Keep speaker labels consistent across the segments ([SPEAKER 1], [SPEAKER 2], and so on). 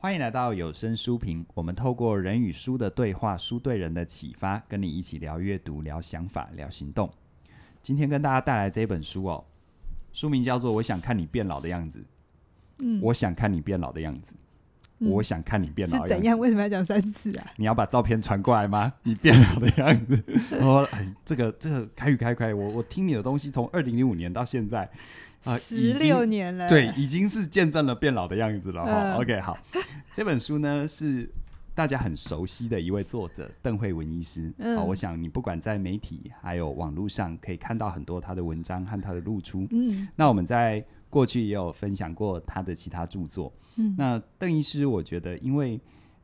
[SPEAKER 1] 欢迎来到有声书评，我们透过人与书的对话，书对人的启发，跟你一起聊阅读、聊想法、聊行动。今天跟大家带来这本书哦，书名叫做《我想看你变老的样子》。
[SPEAKER 2] 嗯，
[SPEAKER 1] 我想看你变老的样子，
[SPEAKER 2] 嗯
[SPEAKER 1] 我想看你变
[SPEAKER 2] 是
[SPEAKER 1] 老的
[SPEAKER 2] 怎
[SPEAKER 1] 样
[SPEAKER 2] 样？
[SPEAKER 1] 子。
[SPEAKER 2] 为什么要讲三次啊？
[SPEAKER 1] 你要把照片传过来吗？你变老的样子。 我说、哎，这个这个开与开开，我我听你的东西从二零零五年到现在，啊、已
[SPEAKER 2] 十
[SPEAKER 1] 经
[SPEAKER 2] 六年了，
[SPEAKER 1] 对，，已经是见证了变老的样子了哈、
[SPEAKER 2] 嗯
[SPEAKER 1] OK，好，这本书呢是大家很熟悉的一位作者邓慧文医师。
[SPEAKER 2] 嗯
[SPEAKER 1] 好，我想你不管在媒体还有网络上，可以看到很多他的文章和他的露出。
[SPEAKER 2] 嗯
[SPEAKER 1] 那我们在过去也有分享过他的其他著作。
[SPEAKER 2] 嗯，
[SPEAKER 1] 那邓医师，我觉得因为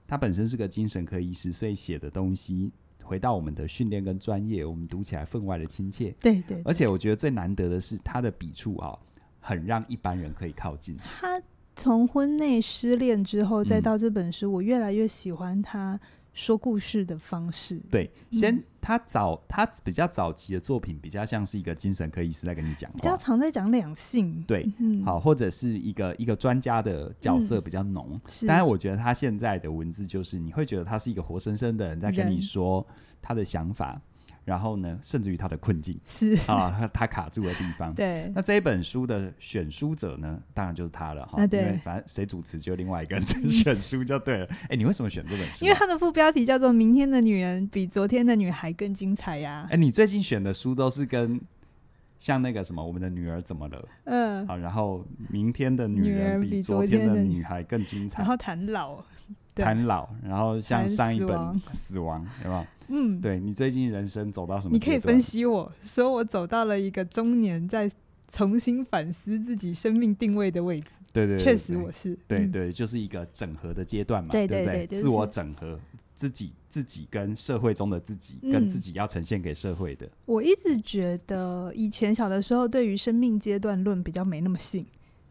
[SPEAKER 1] 他本身是个精神科医师，所以写的东西回到我们的训练跟专业，我们读起来分外的亲切。
[SPEAKER 2] 对对，
[SPEAKER 1] 而且我觉得最难得的是他的笔触啊，很让一般人可以靠近。
[SPEAKER 2] 他从婚内失恋之后，再
[SPEAKER 1] 嗯
[SPEAKER 2] 到这本书，我越来越喜欢他说故事的方式。
[SPEAKER 1] 对，先
[SPEAKER 2] 嗯
[SPEAKER 1] 他早他比较早期的作品比较像是一个精神科医师在跟你讲
[SPEAKER 2] 比较
[SPEAKER 1] 话，
[SPEAKER 2] 常在讲两性，
[SPEAKER 1] 啊对，
[SPEAKER 2] 嗯，，
[SPEAKER 1] 好，或者是一个一个专家的角色
[SPEAKER 2] 嗯
[SPEAKER 1] 比较浓。
[SPEAKER 2] 是，
[SPEAKER 1] 当然，我觉得他现在的文字就是你会觉得他是一个活生生的人在跟你
[SPEAKER 2] 人
[SPEAKER 1] 说他的想法，然后呢，甚至于他的困境
[SPEAKER 2] 是，
[SPEAKER 1] 啊，他他卡住的地方。
[SPEAKER 2] 对，
[SPEAKER 1] 那这一本书的选书者呢，当然就是他了哈。
[SPEAKER 2] 啊对
[SPEAKER 1] 因为反正谁主持就另外一个 人选书就对了。哎、你为什么选这本书、
[SPEAKER 2] 因为，他的副标题叫做《明天的女人比昨天的女孩更精彩》呀
[SPEAKER 1] 哎、，你最近选的书都是跟像那个什么《我们的女儿怎么了》啊
[SPEAKER 2] 嗯，
[SPEAKER 1] 好，然后明天的女
[SPEAKER 2] 女
[SPEAKER 1] 人
[SPEAKER 2] 人
[SPEAKER 1] 比
[SPEAKER 2] 比
[SPEAKER 1] 昨
[SPEAKER 2] 昨天
[SPEAKER 1] 天的
[SPEAKER 2] 的女
[SPEAKER 1] 女孩更精彩
[SPEAKER 2] 然，后谈老，对
[SPEAKER 1] 谈老，然后像
[SPEAKER 2] 谈
[SPEAKER 1] 上一
[SPEAKER 2] 死
[SPEAKER 1] 本
[SPEAKER 2] 亡
[SPEAKER 1] 《死亡》，有没有？
[SPEAKER 2] 嗯，
[SPEAKER 1] 对你最近人生走到什么啊
[SPEAKER 2] 你可以
[SPEAKER 1] 阶段
[SPEAKER 2] 分析我说我走到了一个中年，在重新反思自己生命定位的位置。
[SPEAKER 1] 对对对，
[SPEAKER 2] 确实
[SPEAKER 1] 对
[SPEAKER 2] 我是，
[SPEAKER 1] 对
[SPEAKER 2] 嗯，
[SPEAKER 1] 对，就是一个整合的阶段嘛，
[SPEAKER 2] 对
[SPEAKER 1] 不
[SPEAKER 2] 对
[SPEAKER 1] 对？
[SPEAKER 2] 对就是
[SPEAKER 1] 自我整合，自己自己跟社会中的自己，
[SPEAKER 2] 嗯
[SPEAKER 1] 跟自己要呈现给社会的，
[SPEAKER 2] 我一直觉得以前小的时候对于生命阶段论比较没那么信，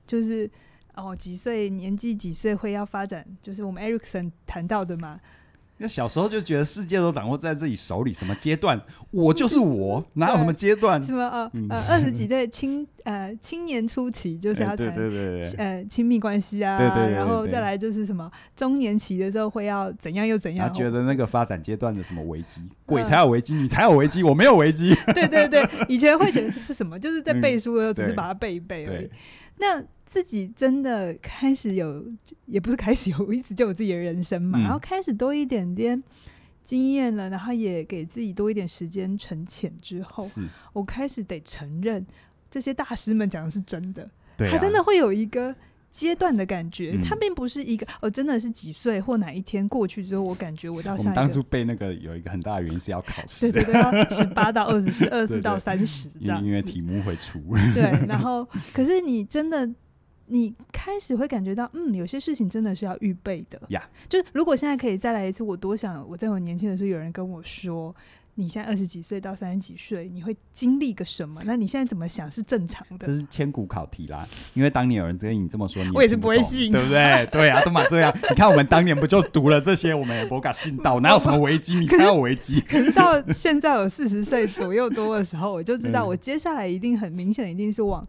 [SPEAKER 2] 就是哦几岁年纪几岁会要发展，就是我们 Erikson 谈到的嘛，
[SPEAKER 1] 那小时候就觉得世界都掌握在自己手里，什么阶 段我就是我，哪有什么阶段？
[SPEAKER 2] 什么呃
[SPEAKER 1] 嗯
[SPEAKER 2] 呃 二十几岁青呃青年初期 就是
[SPEAKER 1] 哎
[SPEAKER 2] 要
[SPEAKER 1] 对
[SPEAKER 2] 谈
[SPEAKER 1] 对对对，
[SPEAKER 2] 呃亲密关系啊，
[SPEAKER 1] 对对对对
[SPEAKER 2] 然后
[SPEAKER 1] 对
[SPEAKER 2] 再来就是什么中年期的时候会要怎样又怎
[SPEAKER 1] 他
[SPEAKER 2] 样，
[SPEAKER 1] 觉得那个发展阶段的什么危
[SPEAKER 2] 嗯
[SPEAKER 1] 机，鬼才有危机，你才有危机，我没有危机。
[SPEAKER 2] 对哦对对，以前会觉得这是什么，就是在
[SPEAKER 1] 嗯
[SPEAKER 2] 背书的时候只是
[SPEAKER 1] 对
[SPEAKER 2] 把它背一背而已
[SPEAKER 1] 对。，
[SPEAKER 2] 那自己真的开始有， 也不是开始有，我一直就有自己的人生嘛，
[SPEAKER 1] 嗯
[SPEAKER 2] 然后开始多一点点经验了，然后也给自己多一点时间沉潜之后，
[SPEAKER 1] 是，
[SPEAKER 2] 我开始得承认这些大师们讲的是真的，
[SPEAKER 1] 对啊，
[SPEAKER 2] 他真的会有一个。阶段的感觉，
[SPEAKER 1] 嗯
[SPEAKER 2] 他并不是一个哦，真的是几岁或哪一天过去之后，我感觉我到
[SPEAKER 1] 我
[SPEAKER 2] 下
[SPEAKER 1] 们
[SPEAKER 2] 一个
[SPEAKER 1] 当初背那个有一个很大的原因是要考
[SPEAKER 2] 对
[SPEAKER 1] 试，
[SPEAKER 2] 对对，要十八到二十四、二
[SPEAKER 1] 对
[SPEAKER 2] 四到三十这
[SPEAKER 1] 因
[SPEAKER 2] 样
[SPEAKER 1] 因为
[SPEAKER 2] 子
[SPEAKER 1] 题目会出。
[SPEAKER 2] 对，然后可是你真的，你开始会感觉到，嗯，有些事情真的是要预备的
[SPEAKER 1] 呀
[SPEAKER 2] 就是如果现在可以再来一次，我多想我在我年轻的时候有人跟我说。你现在二十几岁到三十几岁，你会经历个什么？那你现在怎么想是正常
[SPEAKER 1] 这
[SPEAKER 2] 的？
[SPEAKER 1] 是千古考题啦，因为当年有人跟你这么说，你
[SPEAKER 2] 我也是
[SPEAKER 1] 听
[SPEAKER 2] 不会
[SPEAKER 1] 懂
[SPEAKER 2] 信
[SPEAKER 1] 对不 对？对啊，都嘛这样。你看我们当年不就读了这些，我们也不敢信到，哪有什么危机？你才有危 机。
[SPEAKER 2] 可是到现在我四十岁左右多的时候，我就知道
[SPEAKER 1] 嗯
[SPEAKER 2] 我接下来一定很明显，一定是往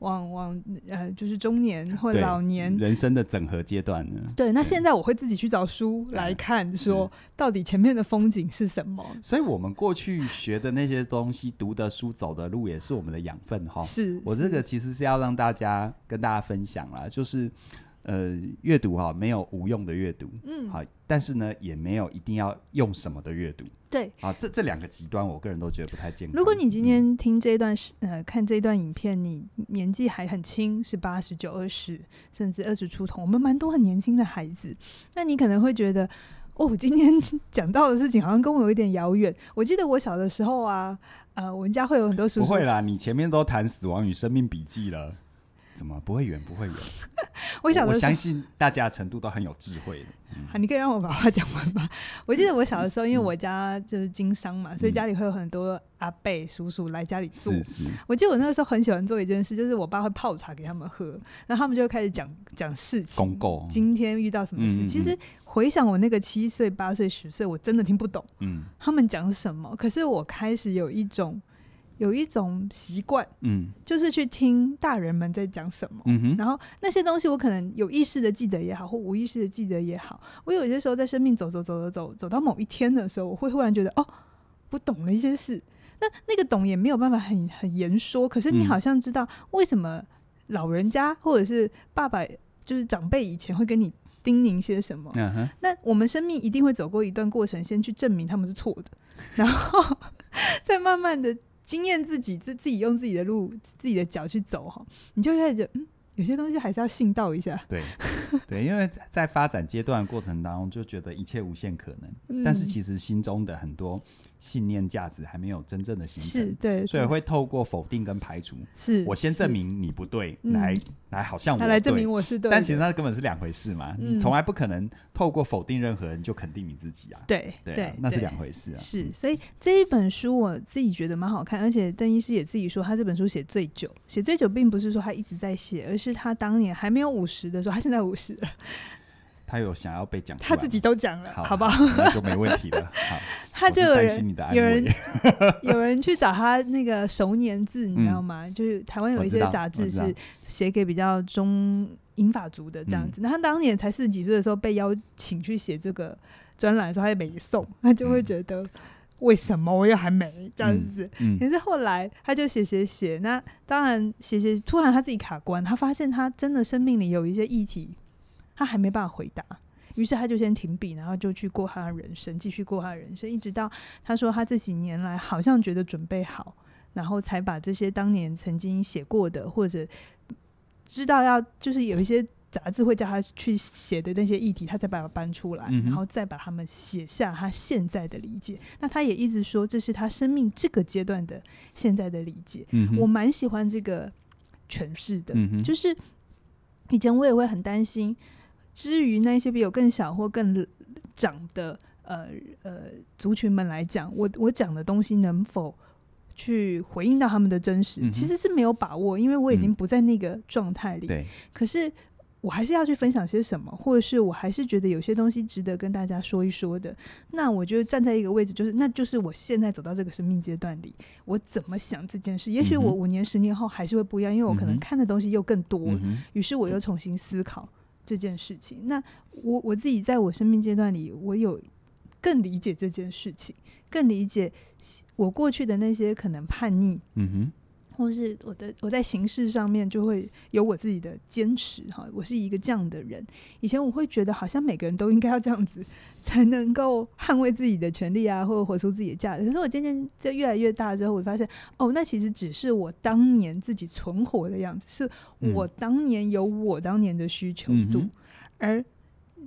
[SPEAKER 2] 往往呃，就是中年或
[SPEAKER 1] 对
[SPEAKER 2] 老年
[SPEAKER 1] 人生的整合阶段呢？
[SPEAKER 2] 对，那
[SPEAKER 1] 对
[SPEAKER 2] 现在我会自己去找书
[SPEAKER 1] 哎
[SPEAKER 2] 来看，说到底前面的风景是什么？
[SPEAKER 1] 所以我们过去学的那些东西，读的书、走的路，也是我们的养分哈。
[SPEAKER 2] 是
[SPEAKER 1] 哦我这个其实是要让大家跟大家分享啦，就是呃，阅读哈没有无用的阅读，
[SPEAKER 2] 嗯，
[SPEAKER 1] 好，但是呢也没有一定要用什么的阅读
[SPEAKER 2] 对。
[SPEAKER 1] 啊，这这两个极端，我个人都觉得不太健康。
[SPEAKER 2] 如果你今
[SPEAKER 1] 嗯
[SPEAKER 2] 天听这段是、呃看这段影片，你年纪还很轻，十八、十九、二十，甚至二十出头，我们蛮多很年轻的孩子，那你可能会觉得。哦，今天 讲到的事情好像跟我有一点遥远。我记得我小的时候啊，呃，我们家会有很多叔
[SPEAKER 1] 不
[SPEAKER 2] 叔
[SPEAKER 1] 会啦，你前面都谈《死亡与生命笔记》了，怎么不会远？不会远。
[SPEAKER 2] 我小
[SPEAKER 1] 我
[SPEAKER 2] 的时候
[SPEAKER 1] 相信大家的程度都很有智慧的。
[SPEAKER 2] 好，你可以让我把话讲完吗？我记得我小的时候，因
[SPEAKER 1] 嗯
[SPEAKER 2] 为我家就是经商嘛，所以家里会有很多阿伯叔叔来家里住。
[SPEAKER 1] 是是，
[SPEAKER 2] 我记得我那个时候很喜欢做一件事，就是我爸会泡茶给他们喝，然后他们就会开始讲讲事情，
[SPEAKER 1] 公购，
[SPEAKER 2] 今天遇到什么事。
[SPEAKER 1] 嗯嗯嗯
[SPEAKER 2] 其实回想我那个七岁、八岁、十岁，我真的听不懂
[SPEAKER 1] 嗯，
[SPEAKER 2] 他们讲什么，可是我开始有一种有一种习惯，
[SPEAKER 1] 嗯
[SPEAKER 2] 就是去听大人们在讲什么。
[SPEAKER 1] 嗯哼，
[SPEAKER 2] 然后那些东西我可能有意识的记得也好，或无意识的记得也好，我有些时候在生命走走走走走走到某一天的时候，我会忽然觉得哦，我懂了一些事。那那个懂也没有办法很很言说，可是你
[SPEAKER 1] 嗯
[SPEAKER 2] 好像知道为什么老人家或者是爸爸就是长辈以前会跟你叮咛些什么。
[SPEAKER 1] 嗯哼，
[SPEAKER 2] 那我们生命一定会走过一段过程，先去证明他们是错的， 然后再慢慢的经验自己，自自己用自己的路、自己的脚去走哈，你就会开始觉得，嗯，有些东西还是要信道一下。
[SPEAKER 1] 对对，因为在在发展阶段的过程当中，就觉得一切无限可能，
[SPEAKER 2] 嗯、
[SPEAKER 1] 但是其实心中的很多信念价值还没有真正的形
[SPEAKER 2] 是
[SPEAKER 1] 成，
[SPEAKER 2] 对，
[SPEAKER 1] 所以
[SPEAKER 2] 对
[SPEAKER 1] 会透过否定跟排除，
[SPEAKER 2] 是
[SPEAKER 1] 我先证，
[SPEAKER 2] 是
[SPEAKER 1] 明你不对，
[SPEAKER 2] 嗯
[SPEAKER 1] 来来好像
[SPEAKER 2] 他
[SPEAKER 1] 我
[SPEAKER 2] 来证
[SPEAKER 1] 对
[SPEAKER 2] 明。我是对的，
[SPEAKER 1] 但其实那根本是两回事嘛，
[SPEAKER 2] 嗯
[SPEAKER 1] 你从来不可能透过否定任何人就肯定你自己啊，
[SPEAKER 2] 对
[SPEAKER 1] 对
[SPEAKER 2] 对
[SPEAKER 1] 啊，，那是
[SPEAKER 2] 对
[SPEAKER 1] 两回事啊。
[SPEAKER 2] 是，所以这一本书我自己觉得蛮好看，而且邓医师也自己说，他这本书写最久，写最久并不是说他一直在写，而是他当年还没有五十的时候，他现在五十了，
[SPEAKER 1] 他有想要被讲出来
[SPEAKER 2] 他
[SPEAKER 1] 吗，
[SPEAKER 2] 自己都讲了，
[SPEAKER 1] 好，
[SPEAKER 2] 好不好？
[SPEAKER 1] 那就没问题了。好，
[SPEAKER 2] 他
[SPEAKER 1] 我
[SPEAKER 2] 就是有
[SPEAKER 1] 担心
[SPEAKER 2] 人
[SPEAKER 1] 你的安
[SPEAKER 2] 有人
[SPEAKER 1] 危
[SPEAKER 2] 有人去找他那个熟年字，你知道吗？就是台湾有
[SPEAKER 1] 嗯
[SPEAKER 2] 一
[SPEAKER 1] 我
[SPEAKER 2] 些
[SPEAKER 1] 知道
[SPEAKER 2] 杂
[SPEAKER 1] 我
[SPEAKER 2] 志
[SPEAKER 1] 知道
[SPEAKER 2] 是写给比较中英法族的这样
[SPEAKER 1] 嗯
[SPEAKER 2] 子。那、他当年才四十几岁的时候被邀请去写这个专栏的时候，他也没送， 他就会
[SPEAKER 1] 嗯
[SPEAKER 2] 觉得、为什么我又还没这样子。
[SPEAKER 1] 嗯
[SPEAKER 2] 可是后来他就写写写，那当然写写，突然他自己卡关，他发现他真的生命里有一些议题，他还没办法回答，于是他就先停笔，然后就去过他的人生，继续过他的人生，一直到他说他这几年来好像觉得准备好，然后才把这些当年曾经写过的或者知道要就是有一些。杂志会叫他去写的那些议题，他才把它搬出来，
[SPEAKER 1] 嗯哼
[SPEAKER 2] 然后再把它们写下他现在的理解。那他也一直说，这是他生命这个阶段的现在的理解。
[SPEAKER 1] 嗯哼，
[SPEAKER 2] 我蛮喜欢这个诠释的，
[SPEAKER 1] 嗯哼
[SPEAKER 2] 就是以前我也会很担心，至于那些比我更小或更长的呃呃族群们来讲，我我讲的东西能否去回应到他们的真实，
[SPEAKER 1] 嗯哼
[SPEAKER 2] 其实是没有把握，因为我已经
[SPEAKER 1] 嗯
[SPEAKER 2] 不在那个状态里。
[SPEAKER 1] 对，
[SPEAKER 2] 可是我还是要去分享些什么，或者是我还是觉得有些东西值得跟大家说一说的。那我就站在一个位置，就是那就是我现在走到这个生命阶段里，我怎么想这件事？也许
[SPEAKER 1] 嗯哼
[SPEAKER 2] 我五年、十年后还是会不一样，因为我
[SPEAKER 1] 嗯
[SPEAKER 2] 可能
[SPEAKER 1] 哼
[SPEAKER 2] 看的东西又更多了
[SPEAKER 1] 嗯哼，
[SPEAKER 2] 于是我又重新思考这件事情。那我我自己在我生命阶段里，我有更理解这件事情，更理解我过去的那些可能叛逆，
[SPEAKER 1] 嗯哼，
[SPEAKER 2] 或是我的我在形式上面就会有我自己的坚持哈，我是一个这样的人。以前我会觉得好像每个人都应该要这样子，才能够捍卫自己的权利啊，或者活出自己的价值。可是我渐渐在越来越大之后，我发现哦，那其实只是我当年自己存活的样子，是我当年有我当年的需求度，
[SPEAKER 1] 嗯
[SPEAKER 2] 而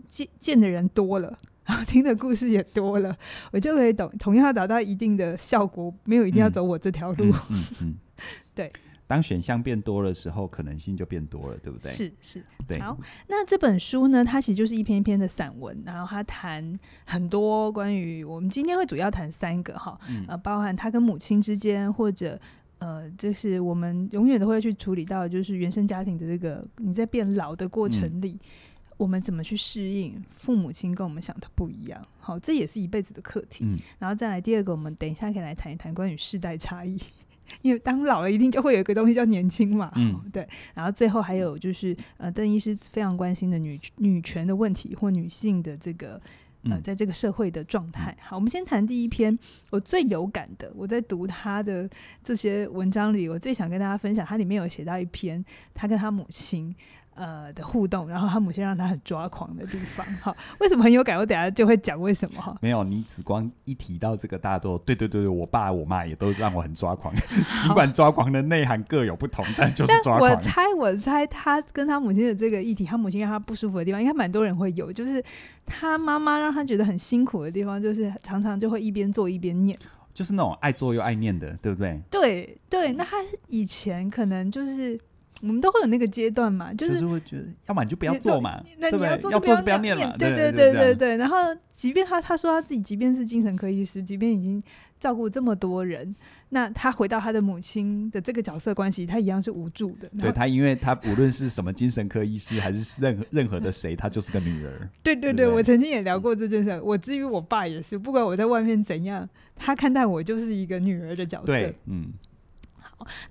[SPEAKER 2] 见见的人多了。 然后听的故事也多了，我就可以懂，同样达到一定的效果，没有一定要
[SPEAKER 1] 嗯
[SPEAKER 2] 走我这条路。
[SPEAKER 1] 嗯嗯嗯，
[SPEAKER 2] 对。
[SPEAKER 1] 当选项变多的时候，可能性就变多了，对不对？，
[SPEAKER 2] 是是，
[SPEAKER 1] 对，
[SPEAKER 2] 好，那这本书呢，它其实就是一篇一篇的散文，然后它谈很多关于我们今天会主要谈三个哈，
[SPEAKER 1] 嗯
[SPEAKER 2] 呃，包含他跟母亲之间，或者呃，就是我们永远都会去处理到，就是原生家庭的这个你在变老的过
[SPEAKER 1] 嗯
[SPEAKER 2] 程里。我们怎么去适应父母亲跟我们想的不一样？好，这也是一辈子的课题。
[SPEAKER 1] 嗯
[SPEAKER 2] 然后再来第二个，我们等一下可以来谈一谈关于世代差异， 因为当老了一定就会有一个东西叫年轻嘛，
[SPEAKER 1] 嗯
[SPEAKER 2] 对。然后最后还有就是，呃，邓医师非常关心的女女权的问题或女性的这个呃，
[SPEAKER 1] 嗯
[SPEAKER 2] 在这个社会的状态。好，我们先谈第一篇，我最有感的，我在读他的这些文章里，我最想跟大家分享，它里面有写到一篇他跟他母亲。呃的互动，然后他母亲让他很抓狂的地方，好，为什么很有感？我等一下就会讲为什么哈。
[SPEAKER 1] 没有，你只光一提到这个大多，对对对对，我爸我妈也都让我很抓狂， 尽管抓狂的内涵各有不同，但就是抓
[SPEAKER 2] 但我
[SPEAKER 1] 狂。
[SPEAKER 2] 猜，我猜他跟他母亲的这个议题，他母亲让他不舒服的地方，应该蛮多人会有，就是他妈妈让他觉得很辛苦的地方，就是常常就会一边做一边念。
[SPEAKER 1] 就是那种爱做又爱念的，对不对？
[SPEAKER 2] 对对，那他以前可能就是我们都会有那个阶段嘛，就
[SPEAKER 1] 就是是会觉得，要么你就不要
[SPEAKER 2] 你
[SPEAKER 1] 做嘛，
[SPEAKER 2] 那
[SPEAKER 1] 对
[SPEAKER 2] 你
[SPEAKER 1] 不
[SPEAKER 2] 要
[SPEAKER 1] 对？
[SPEAKER 2] 做
[SPEAKER 1] 要
[SPEAKER 2] 就不
[SPEAKER 1] 做
[SPEAKER 2] 要
[SPEAKER 1] 就不要
[SPEAKER 2] 念
[SPEAKER 1] 念嘛，
[SPEAKER 2] 对
[SPEAKER 1] 对就
[SPEAKER 2] 对
[SPEAKER 1] 是这
[SPEAKER 2] 对
[SPEAKER 1] 样
[SPEAKER 2] 对。然后，即便他他说他自己，即便是精神科医师，即便已经照顾这么多人，那他回到他的母亲的这个角色关系，他一样是无助的。然
[SPEAKER 1] 对
[SPEAKER 2] 后
[SPEAKER 1] 他，因为他无论是什么精神科医师，还是任何任何的谁，他就是个女 儿。
[SPEAKER 2] 对对
[SPEAKER 1] 对
[SPEAKER 2] 对，
[SPEAKER 1] 不对
[SPEAKER 2] 我曾经也聊过这件事。我至于哦我爸也是，不管我在外面怎样，他看待我就是一个女儿的角色。
[SPEAKER 1] 对，嗯，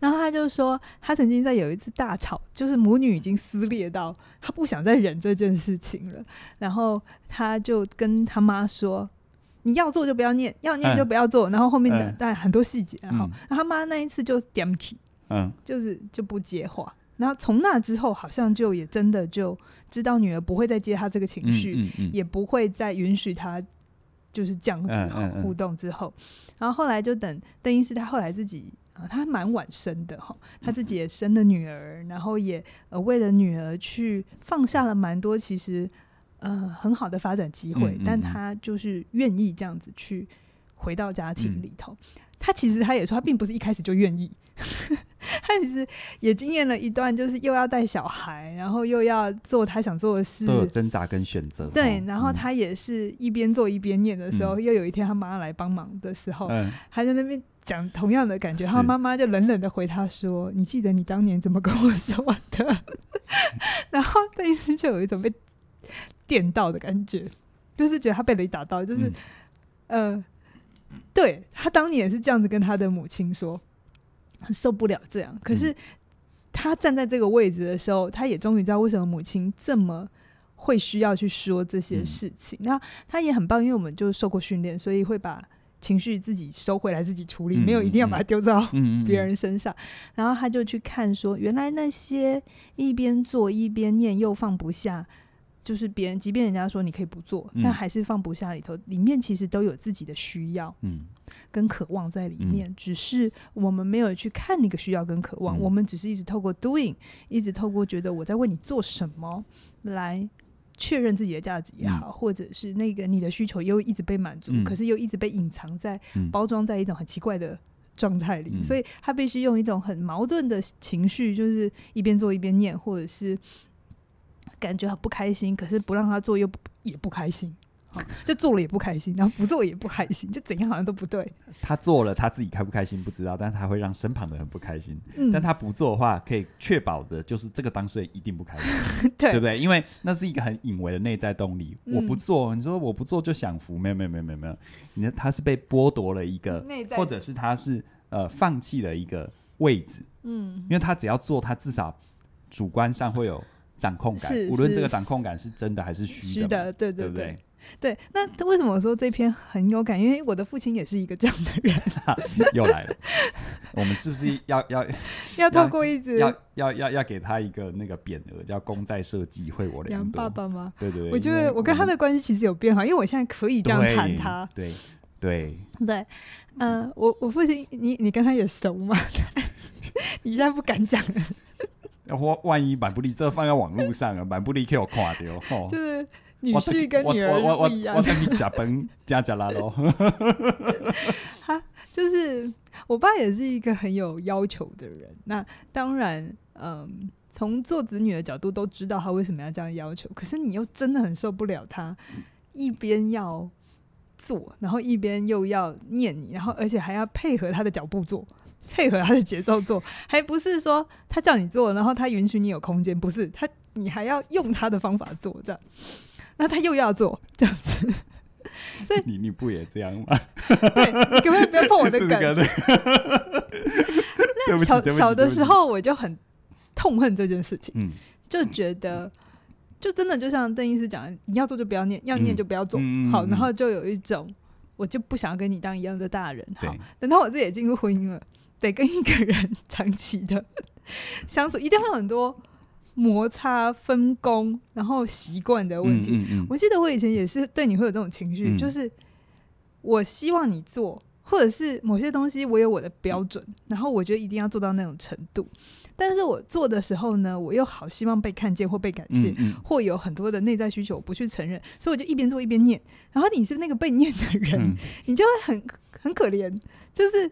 [SPEAKER 2] 然后他就说，他曾经在有一次大吵，就是母女已经撕裂到他不想再忍这件事情了，然后他就跟他妈说。你要做就不要念，要念就不要做。然后后面的
[SPEAKER 1] 嗯
[SPEAKER 2] 但很多细节，然后
[SPEAKER 1] 嗯
[SPEAKER 2] 然后他妈那一次就 d a m k
[SPEAKER 1] 嗯，
[SPEAKER 2] 就是就不接话。然后从那之后，好像就也真的就知道女儿不会再接他这个情绪，
[SPEAKER 1] 嗯嗯嗯
[SPEAKER 2] 也不会再允许他就是这样子
[SPEAKER 1] 嗯嗯嗯
[SPEAKER 2] 互动之后，然后后来就等邓医师他后来自己啊、他蛮晚生的哈，他自己
[SPEAKER 1] 嗯
[SPEAKER 2] 也生了女儿，然后也呃为了女儿去放下了蛮多其实呃很好的发展机会，
[SPEAKER 1] 嗯嗯
[SPEAKER 2] 但
[SPEAKER 1] 嗯
[SPEAKER 2] 他就是愿意这样子去回到家
[SPEAKER 1] 嗯
[SPEAKER 2] 庭里头。他其实他也说，他并不是一开始就愿意， 他其实也经验了一段，就是又要带小孩，然后又要做他想做的事，
[SPEAKER 1] 都有挣扎跟选择。
[SPEAKER 2] 对
[SPEAKER 1] 哦，嗯
[SPEAKER 2] 然后，他也是一边做一边念的时候，又有一天他妈来帮忙的时候，
[SPEAKER 1] 嗯，嗯
[SPEAKER 2] 他在那边讲同样的感觉，
[SPEAKER 1] 是
[SPEAKER 2] 他妈妈就冷冷的回他说：“你记得你当年怎么跟我说的？” 然后邓医师就有一种被电到的感觉，就是觉得他被雷打到，就是、
[SPEAKER 1] 嗯
[SPEAKER 2] 呃，对他当年也是这样子跟他的母亲说，很受不了这样。可
[SPEAKER 1] 嗯
[SPEAKER 2] 是他站在这个位置的时候，他也终于知道为什么母亲这么会需要去说这
[SPEAKER 1] 嗯
[SPEAKER 2] 些事情。那他也很棒，因为我们就受过训练，所以会把情绪自己收回来，自己处理，
[SPEAKER 1] 嗯
[SPEAKER 2] 没有一定要
[SPEAKER 1] 嗯
[SPEAKER 2] 把它丢到
[SPEAKER 1] 嗯嗯，
[SPEAKER 2] 别人身上，然后他就去看说，原来那些一边做一边念又放不下，就是别人即便人家说你可以不做，
[SPEAKER 1] 嗯
[SPEAKER 2] 但还是放不下里头，里面其实都有自己的需要
[SPEAKER 1] 嗯，
[SPEAKER 2] 跟渴望在里面，只是我们没有去看那个需要跟渴望，
[SPEAKER 1] 嗯
[SPEAKER 2] 我们只是一直透过 doing，一直透过觉得我在为你做什么来。确认自己的价值也好，或者是那个你的需求又一直被满足，
[SPEAKER 1] 嗯
[SPEAKER 2] 可是又一直被隐藏在
[SPEAKER 1] 嗯
[SPEAKER 2] 包装在一种很奇怪的状态里，
[SPEAKER 1] 嗯
[SPEAKER 2] 所以他必须用一种很矛盾的情绪，就是一边做一边念，或者是感觉很不开心，可是不让他做又不也不开心。好就做了也不开心，然后不做也不开心，就怎样好像都不对。
[SPEAKER 1] 他做了，他自己开不开心不知道，但他会让身旁的人不开心。
[SPEAKER 2] 嗯，
[SPEAKER 1] 但他不做的话，可以确保的就是这个当事人一定不开心，
[SPEAKER 2] 对嗯
[SPEAKER 1] 不对？因为那是一个很隐微的内在动力。我不做，你说我不做就享福，没有没有没有没有没有，你的他是被剥夺了一个，
[SPEAKER 2] 内在
[SPEAKER 1] 或者是他是呃放弃了一个位置，
[SPEAKER 2] 嗯
[SPEAKER 1] 因为他只要做，他至少主观上会有掌控感
[SPEAKER 2] 是，
[SPEAKER 1] 无论这
[SPEAKER 2] 是
[SPEAKER 1] 个掌控感是真的还是虚
[SPEAKER 2] 虚
[SPEAKER 1] 的嘛，
[SPEAKER 2] 的，对
[SPEAKER 1] 对
[SPEAKER 2] 对
[SPEAKER 1] 不
[SPEAKER 2] 对
[SPEAKER 1] 对？
[SPEAKER 2] 对。那为什么我说这篇很有感？因为我的父亲也是一个这样的人，
[SPEAKER 1] 又来了，我们是不是要要
[SPEAKER 2] 要透过一直
[SPEAKER 1] 要要要要给他一个那个匾额，叫“功在社稷，惠我良
[SPEAKER 2] 养
[SPEAKER 1] 多
[SPEAKER 2] 爸”？爸吗？
[SPEAKER 1] 对对对，
[SPEAKER 2] 我觉
[SPEAKER 1] 因为
[SPEAKER 2] 得我跟他的关系其实有变好，因为我现在可以这样谈他。，
[SPEAKER 1] 对对
[SPEAKER 2] 对，呃，我我父亲，你你跟他也熟吗？ 你现在不敢
[SPEAKER 1] 哦
[SPEAKER 2] 讲，
[SPEAKER 1] 对，我万一满不利，这放在网络 上啊，满不利给我垮掉吼
[SPEAKER 2] 就。是女
[SPEAKER 1] 我
[SPEAKER 2] 婿跟女儿
[SPEAKER 1] 我我
[SPEAKER 2] 不一
[SPEAKER 1] 我
[SPEAKER 2] 样
[SPEAKER 1] 我，跟你假崩加加拉 喽，
[SPEAKER 2] 就是我爸也是一个很有要求的人。那当然，嗯，从做子女的角度都知道他为什么要这样要求，可是你又真的很受不了他一边要做，然后一边又要念你，然后而且还要配合他的脚步做。配合他的节奏做，还不是说他叫你做，然后他允许你有空间，不是他，你还要用他的方法做这样，那他又要做这样子，
[SPEAKER 1] 你你不也这样吗？
[SPEAKER 2] 对你可不可以不要碰 我的梗？
[SPEAKER 1] 对对不起
[SPEAKER 2] 小
[SPEAKER 1] 对不起，
[SPEAKER 2] 小
[SPEAKER 1] 对
[SPEAKER 2] 的
[SPEAKER 1] 不起
[SPEAKER 2] 时，候我就很痛恨这件事情，
[SPEAKER 1] 嗯
[SPEAKER 2] 就觉得就真的就像邓医师讲的，你要做就不要念，要念就不要做，
[SPEAKER 1] 嗯嗯嗯
[SPEAKER 2] 好，
[SPEAKER 1] 嗯
[SPEAKER 2] 然后就有一种我就不想要跟你当一样的大人，好
[SPEAKER 1] 对，
[SPEAKER 2] 等到我自己也进入婚姻了，得跟一个人长期的 相处，一定会有很多摩擦、分工，然后习惯的问题。
[SPEAKER 1] 嗯嗯嗯
[SPEAKER 2] 我记得我以前也是对你会有这种情绪，
[SPEAKER 1] 嗯
[SPEAKER 2] 就是我希望你做，或者是某些东西我有我的标
[SPEAKER 1] 嗯
[SPEAKER 2] 准，然后我觉得一定要做到那种程度。但是我做的时候呢，我又好希望被看见或被感谢，
[SPEAKER 1] 嗯嗯
[SPEAKER 2] 或有很多的内在需求我不去承认，所以我就一边做一边念。然后你是那个被念的人，
[SPEAKER 1] 嗯
[SPEAKER 2] 你就会很很可怜，就是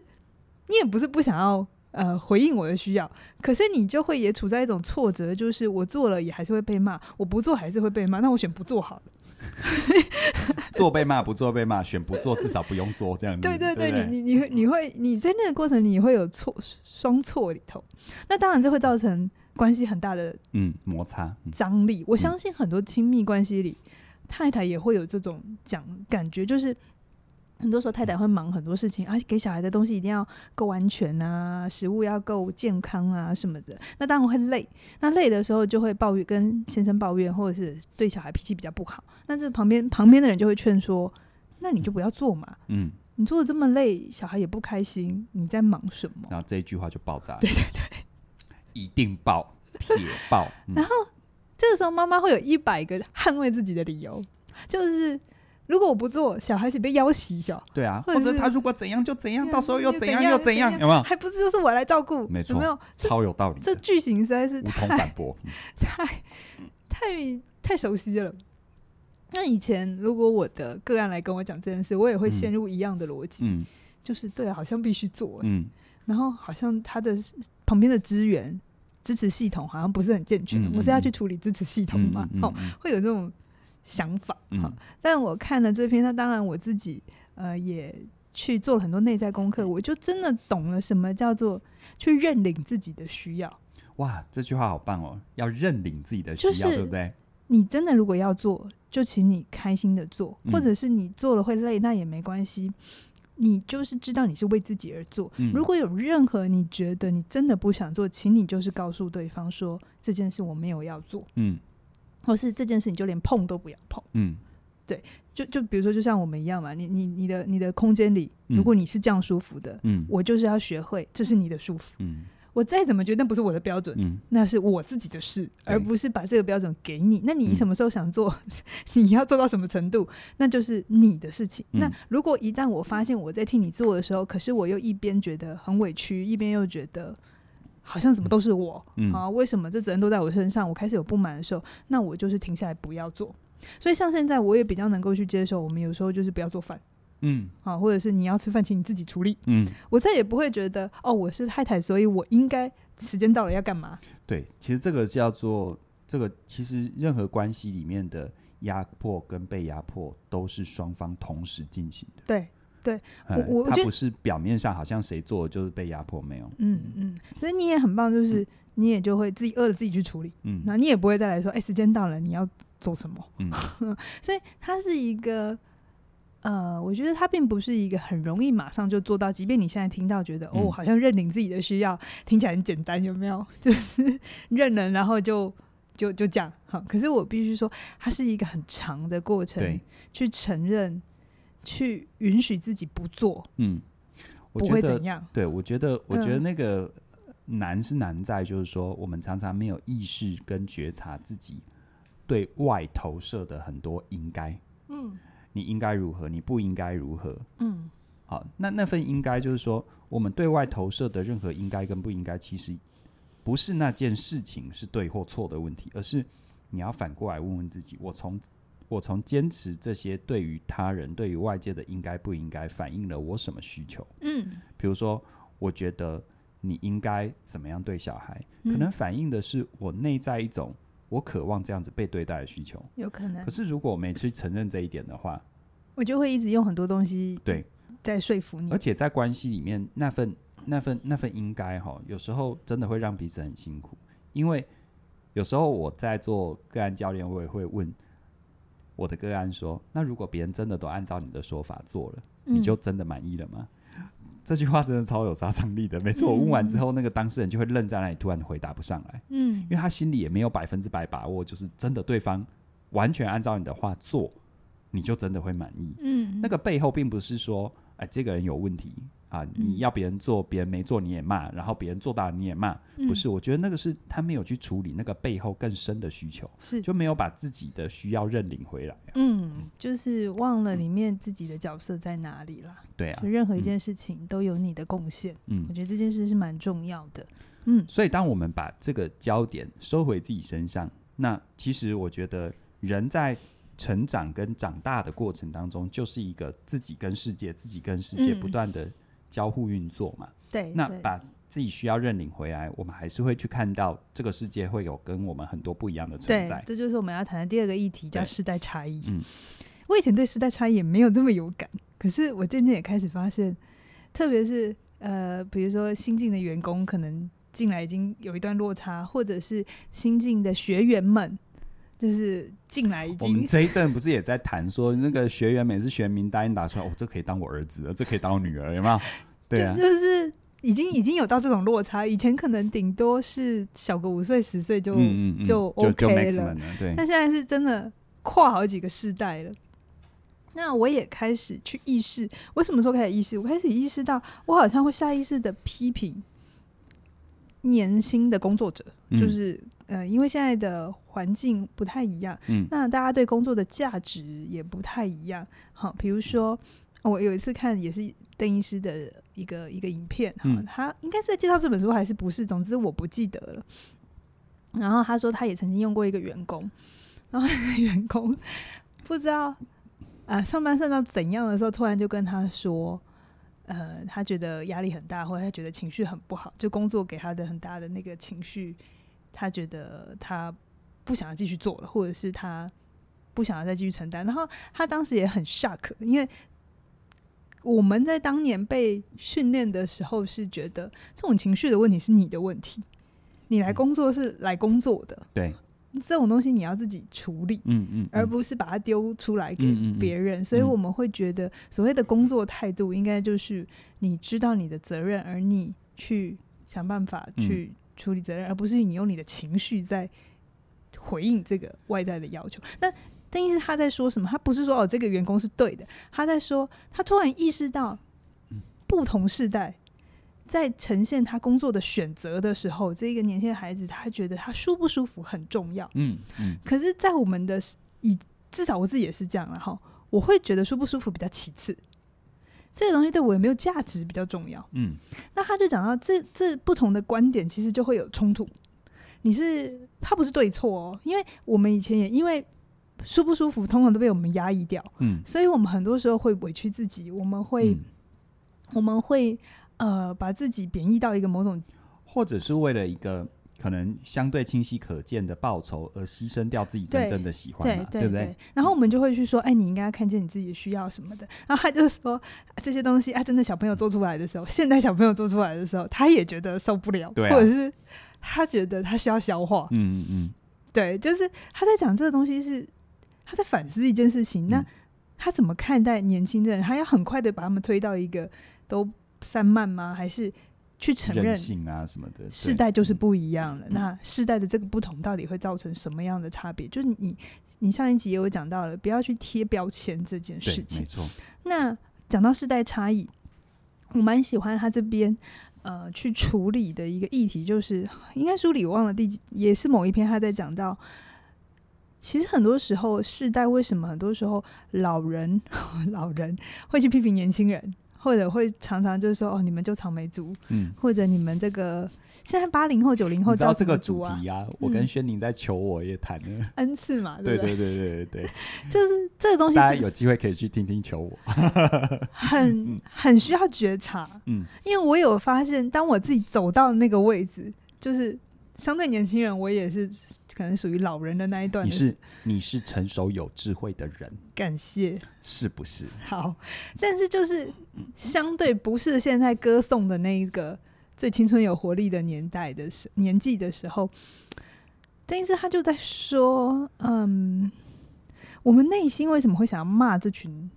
[SPEAKER 2] 你也不是不想要呃回应我的需要，可是你就会也处在一种挫折，就是我做了也还是会被骂，我不做还是会被骂，那我选不做好了。
[SPEAKER 1] 做被骂不做被骂，选不做至少不用做这样子。
[SPEAKER 2] 对对
[SPEAKER 1] 嗯对
[SPEAKER 2] 对，
[SPEAKER 1] 不，
[SPEAKER 2] 你你你会你会你在那个过程里会有错双错里头，那当然这会造成关系很大的
[SPEAKER 1] 嗯摩擦，嗯
[SPEAKER 2] 张力。我相信很多亲密关系里，太太也会有这种讲感觉，就是很多时候太太会忙很多事情，而、且给小孩的东西一定要够安全啊，食物要够健康啊什么的。那当然会累，那累的时候就会抱怨，跟先生抱怨，或者是对小孩脾气比较不好。那这旁边旁边的人就会劝说：“那你就不要做嘛，
[SPEAKER 1] 嗯，
[SPEAKER 2] 你做的这么累，小孩也不开心，你在忙什么
[SPEAKER 1] 然后这一句话就爆炸了？”，
[SPEAKER 2] 对对对。
[SPEAKER 1] 一定爆，铁爆，嗯
[SPEAKER 2] 这个时候妈妈会有一百个捍卫自己的理由，就是如果我不做，小孩子被要挟小，
[SPEAKER 1] 对啊，
[SPEAKER 2] 或
[SPEAKER 1] 或
[SPEAKER 2] 者
[SPEAKER 1] 者
[SPEAKER 2] 是
[SPEAKER 1] 他如果怎样就怎样，
[SPEAKER 2] 对啊
[SPEAKER 1] 到时候又
[SPEAKER 2] 又
[SPEAKER 1] 怎
[SPEAKER 2] 怎
[SPEAKER 1] 样
[SPEAKER 2] 样
[SPEAKER 1] 又
[SPEAKER 2] 又
[SPEAKER 1] 怎
[SPEAKER 2] 怎
[SPEAKER 1] 样，
[SPEAKER 2] 样
[SPEAKER 1] 有没有？
[SPEAKER 2] 还不是就是我来照顾？
[SPEAKER 1] 没错
[SPEAKER 2] 有没有？这
[SPEAKER 1] 超有道理
[SPEAKER 2] 这
[SPEAKER 1] 的，
[SPEAKER 2] 剧情实在是
[SPEAKER 1] 无从
[SPEAKER 2] 太
[SPEAKER 1] 反驳。嗯
[SPEAKER 2] 太太太熟悉了。那以前如果我的个案来跟我讲这件事，我也会陷入一样的逻辑，
[SPEAKER 1] 嗯
[SPEAKER 2] 就是对啊，好像必须做欸、
[SPEAKER 1] 嗯
[SPEAKER 2] 然后好像他的旁边的资源支持系统好像不是很健全，
[SPEAKER 1] 嗯嗯
[SPEAKER 2] 我是要
[SPEAKER 1] 嗯
[SPEAKER 2] 去处理支持系统
[SPEAKER 1] 嗯
[SPEAKER 2] 嘛，
[SPEAKER 1] 嗯
[SPEAKER 2] 好、
[SPEAKER 1] 嗯
[SPEAKER 2] 会有这种想法。
[SPEAKER 1] 嗯
[SPEAKER 2] 好但我看了这篇，那当然我自己呃也去做了很多内在功课，
[SPEAKER 1] 嗯
[SPEAKER 2] 我就真的懂了什么叫做去认领自己的需要。
[SPEAKER 1] 哇，这句话好棒哦！要认领自己的需
[SPEAKER 2] 就
[SPEAKER 1] 要，
[SPEAKER 2] 是
[SPEAKER 1] 对不对？
[SPEAKER 2] 你真的如果要做，就请你开心的做，
[SPEAKER 1] 嗯
[SPEAKER 2] 或者是你做了会累，那也没关系。你就是知道你是为自己而做。
[SPEAKER 1] 嗯
[SPEAKER 2] 如果有任何你觉得你真的不想做，请你就是告诉对方说这件事我没有要做，
[SPEAKER 1] 嗯
[SPEAKER 2] 或是这件事你就连碰都不要碰。
[SPEAKER 1] 嗯
[SPEAKER 2] 就就比如说，就像我们一样嘛，你你你的你的空间里，
[SPEAKER 1] 嗯
[SPEAKER 2] 如果你是这样舒服的，
[SPEAKER 1] 嗯
[SPEAKER 2] 我就是要学会这是你的舒服。
[SPEAKER 1] 嗯
[SPEAKER 2] 我再怎么觉得那不是我的标准，
[SPEAKER 1] 嗯，
[SPEAKER 2] 那是我自己的事，
[SPEAKER 1] 对
[SPEAKER 2] 而不是把这个标准给你。那你
[SPEAKER 1] 嗯
[SPEAKER 2] 什么时候想做， 你要做到什么程度，那就是你的事情。
[SPEAKER 1] 嗯
[SPEAKER 2] 那如果一旦我发现我在替你做的时候，可是我又一边觉得很委屈，一边又觉得好像怎么都是我、
[SPEAKER 1] 嗯
[SPEAKER 2] 啊，为什么这责任都在我身上？我开始有不满的时候，那我就是停下来不要做。所以像现在，我也比较能够去接受，我们有时候就是不要做饭
[SPEAKER 1] 嗯
[SPEAKER 2] 啊，或者是你要吃饭，请你自己处理。
[SPEAKER 1] 嗯，
[SPEAKER 2] 我再也不会觉得哦，我是太太，所以我应该时间到了要干嘛。
[SPEAKER 1] 对，其实这个叫做这个，其实任何关系里面的压迫跟被压迫都是双方同时进行的。
[SPEAKER 2] 对，我
[SPEAKER 1] 哎
[SPEAKER 2] 我我觉
[SPEAKER 1] 它
[SPEAKER 2] 得
[SPEAKER 1] 不是表面上好像谁做的就是被压迫，没有。
[SPEAKER 2] 嗯嗯，所以你也很棒，就是你也就会自己饿了自己去处理，
[SPEAKER 1] 嗯
[SPEAKER 2] 那你也不会再来说，哎、时间到了你要做什么？
[SPEAKER 1] 嗯
[SPEAKER 2] 所以它是一个，呃，我觉得它并不是一个很容易马上就做到，即便你现在听到觉得，哦，
[SPEAKER 1] 嗯
[SPEAKER 2] 好像认领自己的需要，听起来很简单，有没有？ 就是认了，然后就。就就这样好，可是我必须说，它是一个很长的过程
[SPEAKER 1] 对，，
[SPEAKER 2] 去承认，去允许自己不做，
[SPEAKER 1] 嗯，我
[SPEAKER 2] 不
[SPEAKER 1] 觉
[SPEAKER 2] 会
[SPEAKER 1] 得
[SPEAKER 2] 怎样。
[SPEAKER 1] 对，我觉得，我觉得
[SPEAKER 2] 嗯
[SPEAKER 1] 那个难是难在，就是说，我们常常没有意识跟觉察自己对外投射的很多应该，
[SPEAKER 2] 嗯
[SPEAKER 1] 你应该如何，你不应该如何。
[SPEAKER 2] 嗯
[SPEAKER 1] 好，那那份应该就是说，我们对外投射的任何应该跟不应该，其实不是那件事情是对或错的问题，而是你要反过来问问自己，我从我从坚持这些对于他人、对于外界的应该不应该，反映了我什么需求？
[SPEAKER 2] 嗯，
[SPEAKER 1] 比如说，我觉得你应该怎么样对小孩，可
[SPEAKER 2] 嗯
[SPEAKER 1] 能反映的是我内在一种我渴望这样子被对待的需求。
[SPEAKER 2] 有可能
[SPEAKER 1] 可，是如果我没去承认这一点的话，
[SPEAKER 2] 我就会一直用很多东西
[SPEAKER 1] 对，
[SPEAKER 2] 在说服嗯你
[SPEAKER 1] 而。且在关系里面那份那份那份应该哈，有时候真的会让彼此很辛苦，因为有时候我在做个案教练，我也会问。我的个案说：“那如果别人真的都按照你的说法做了，你
[SPEAKER 2] 嗯
[SPEAKER 1] 就真的满意了吗？”这句话真的超有杀伤力的。每次我问完之后，那个当事人就会愣在那里，突然回答不上来，
[SPEAKER 2] 嗯
[SPEAKER 1] 因为他心里也没有百分之百把握，就是真的对方完全按照你的话做，你就真的会满意。
[SPEAKER 2] 嗯
[SPEAKER 1] 那个背后并不是说，哎，这个人有问题啊，你
[SPEAKER 2] 嗯
[SPEAKER 1] 要别人做，别人没做你也骂，然后别人做到了你也骂，不
[SPEAKER 2] 嗯
[SPEAKER 1] 是？我觉得那个是他没有去处理那个背后更深的需求，
[SPEAKER 2] 嗯是
[SPEAKER 1] 就没有把自己的需要认领回来啊。
[SPEAKER 2] 嗯，就是忘了里面自己的角色在哪里啦。
[SPEAKER 1] 对啊
[SPEAKER 2] 就，任何一
[SPEAKER 1] 嗯
[SPEAKER 2] 件事情都有你的贡献，
[SPEAKER 1] 嗯
[SPEAKER 2] 我。觉得这件事是蛮重要的。嗯
[SPEAKER 1] 所以，当我们把这个焦点收回自己身上，那其实我觉得人在成长跟长大的过程当中，就是一个自己跟世界、自己跟世界
[SPEAKER 2] 嗯
[SPEAKER 1] 不断的交互运作嘛。
[SPEAKER 2] 对，
[SPEAKER 1] 那
[SPEAKER 2] 对
[SPEAKER 1] 把自己需要认领回来，我们还是会去看到这个世界会有跟我们很多不一样的存
[SPEAKER 2] 对，
[SPEAKER 1] 在。
[SPEAKER 2] 这就是我们要谈的第二个议题，叫
[SPEAKER 1] 对
[SPEAKER 2] 世代差异。
[SPEAKER 1] 嗯
[SPEAKER 2] 我以前对时代差异也没有这么有感，可是我渐渐也开始发现，特别是呃，比如说新进的员工可能进来已经有一段落差，或者是新进的学员们，就是进来已
[SPEAKER 1] 我们
[SPEAKER 2] 经
[SPEAKER 1] 这一阵不是也在谈说，那个学员每次学名单一打出来，哦，这可以当我儿子，这可以当我女儿，有没 有？对啊
[SPEAKER 2] 就，就是已经已经有到这种落差，以前可能顶多是小个五岁十岁就、
[SPEAKER 1] 嗯嗯嗯，
[SPEAKER 2] 就
[SPEAKER 1] 就
[SPEAKER 2] OK 了
[SPEAKER 1] maximum 了，对，
[SPEAKER 2] 但现在是真的跨好几个世代了。那我也开始去意识，我什么时候开始意识？我开始意识到，我好像会下意识的批评年轻的工作者，
[SPEAKER 1] 嗯
[SPEAKER 2] 就是呃，因为现在的环境不太一样，
[SPEAKER 1] 嗯
[SPEAKER 2] 那大家对工作的价值也不太一样。好，比如说哦我有一次看也是邓医师的一个一个影片，哈
[SPEAKER 1] 嗯，
[SPEAKER 2] 他应该是在介绍这本书还是不是？总之我不记得了。然后他说他也曾经用过一个员工，然后那个员工不知道啊上班上到怎样的时候，突然就跟他说。呃，他觉得压力很大，或者他觉得情绪很不好，就工作给他的很大的那个情绪，他觉得他不想要继续做了，或者是他不想要再继续承担。然后他当时也很 shock，因为我们在当年被训练的时候是觉得这种情绪的问题是你的问题，你来工作是来工作的，
[SPEAKER 1] 对，
[SPEAKER 2] 这种东西你要自己处理。
[SPEAKER 1] 嗯嗯，
[SPEAKER 2] 而
[SPEAKER 1] 嗯
[SPEAKER 2] 不是把它丢出来给
[SPEAKER 1] 嗯嗯嗯
[SPEAKER 2] 别人，所以
[SPEAKER 1] 嗯
[SPEAKER 2] 我们会觉得所谓的工作态度，应该就是你知道你的责任，而你去想办法
[SPEAKER 1] 嗯
[SPEAKER 2] 去处理责任，而不是你用你的情绪在回应这个外在的要求。那但意思他在说什么？他不是说哦这个员工是对的，他在说他突然意识到
[SPEAKER 1] 嗯
[SPEAKER 2] 不同世代。在呈现他工作的选择的时候，这一个年轻的孩子，他觉得他舒不舒服很重要。
[SPEAKER 1] 嗯嗯
[SPEAKER 2] 可是，在我们的是以至少我自己也是这样了哈，我会觉得舒不舒服比较其次，这个东西对我有没有价值比较重要。
[SPEAKER 1] 嗯，
[SPEAKER 2] 那他就讲到这这不同的观点，其实就会有冲突。你是他不是对错哦，因为我们以前也因为舒不舒服，通常都被我们压抑掉，
[SPEAKER 1] 嗯
[SPEAKER 2] 所以我们很多时候会委屈自己，我们会、
[SPEAKER 1] 嗯
[SPEAKER 2] 我们会呃把自己贬义到一个某种
[SPEAKER 1] 或者是为了一个可能相对清晰可见的报酬而牺牲掉自己真
[SPEAKER 2] 对
[SPEAKER 1] 正的喜欢嘛，不对？
[SPEAKER 2] 然后我们就会去说，哎，你应该看见你自己的需要什么的。然后他就说，这些东西啊，真的小朋友做出来的时候，现代小朋友做出来的时候，他也觉得受不了，
[SPEAKER 1] 对啊
[SPEAKER 2] 或者是他觉得他需要消化。
[SPEAKER 1] 嗯嗯嗯，
[SPEAKER 2] 对，就是他在讲这个东西是他在反思一件事情。那
[SPEAKER 1] 嗯
[SPEAKER 2] 他怎么看待年轻的人？他要很快的把他们推到一个都散漫吗？还是去承认
[SPEAKER 1] 任性啊什么的，
[SPEAKER 2] 世
[SPEAKER 1] 对嗯
[SPEAKER 2] 代就是不一样了。那世代的这个不同，到底会造成什么样的差别？就是你，你上一集也有讲到了，不要去贴标签这件
[SPEAKER 1] 对，
[SPEAKER 2] 事
[SPEAKER 1] 没
[SPEAKER 2] 情。
[SPEAKER 1] 错，
[SPEAKER 2] 那讲到世代差异，我蛮喜欢他这边呃去处理的一个议题，就是应该书里我忘了第几，也是某一篇他在讲到。其实很多时候，世代为什么很多时候老人 老人会去批评年轻人，或者会常常就是说哦，你们就草莓族，
[SPEAKER 1] 嗯。
[SPEAKER 2] 或者你们这个现在八零后、九零后
[SPEAKER 1] 你知道
[SPEAKER 2] 叫
[SPEAKER 1] 这
[SPEAKER 2] 什么
[SPEAKER 1] 个
[SPEAKER 2] 族
[SPEAKER 1] 主
[SPEAKER 2] 啊
[SPEAKER 1] 题啊，我跟轩宁在求我也谈了，
[SPEAKER 2] ？N 次嘛，
[SPEAKER 1] 对
[SPEAKER 2] 不 对？
[SPEAKER 1] 对对对对 对，
[SPEAKER 2] 就是这个东西
[SPEAKER 1] 大家有机会可以去听听求我，
[SPEAKER 2] 很很需要觉察，
[SPEAKER 1] 嗯
[SPEAKER 2] 因为我有发现，当我自己走到那个位置，就是相对年轻人，我也是可能属于老人的那一段
[SPEAKER 1] 你
[SPEAKER 2] 的。
[SPEAKER 1] 是你是成熟有智慧的人，
[SPEAKER 2] 感谢
[SPEAKER 1] 是不是？
[SPEAKER 2] 好，但是就是相对不是现在歌颂的那一个最青春有活力的年代的时年纪的时候，但是他就在说，嗯，我们内心为什么会想要骂这群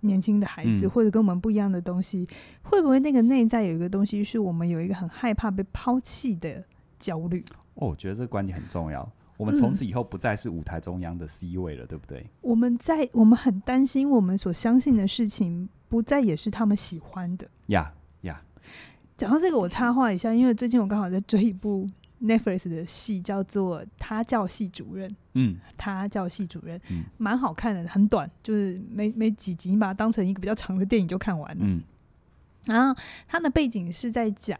[SPEAKER 2] 年轻的孩子，
[SPEAKER 1] 嗯
[SPEAKER 2] 或者跟我们不一样的东西？会不会那个内在有一个东西，是我们有一个很害怕被抛弃的焦虑？
[SPEAKER 1] 哦，我觉得这个观点很重要。我们从
[SPEAKER 2] 嗯
[SPEAKER 1] 此以后不再是舞台中央的 C 位了，对不对？
[SPEAKER 2] 我们在我们很担心我们所相信的事情，不再也是他们喜欢的。
[SPEAKER 1] 呀呀，
[SPEAKER 2] 讲到这个，我插话一下，因为最近我刚好在追一部 Netflix 的戏，叫做《他叫系主任》，
[SPEAKER 1] 嗯
[SPEAKER 2] 他叫系主任
[SPEAKER 1] 嗯，
[SPEAKER 2] 蛮、好看的，很短，就是没没几集，你把它当成一个比较长的电影就看完了。
[SPEAKER 1] 嗯
[SPEAKER 2] 然后它的背景是在讲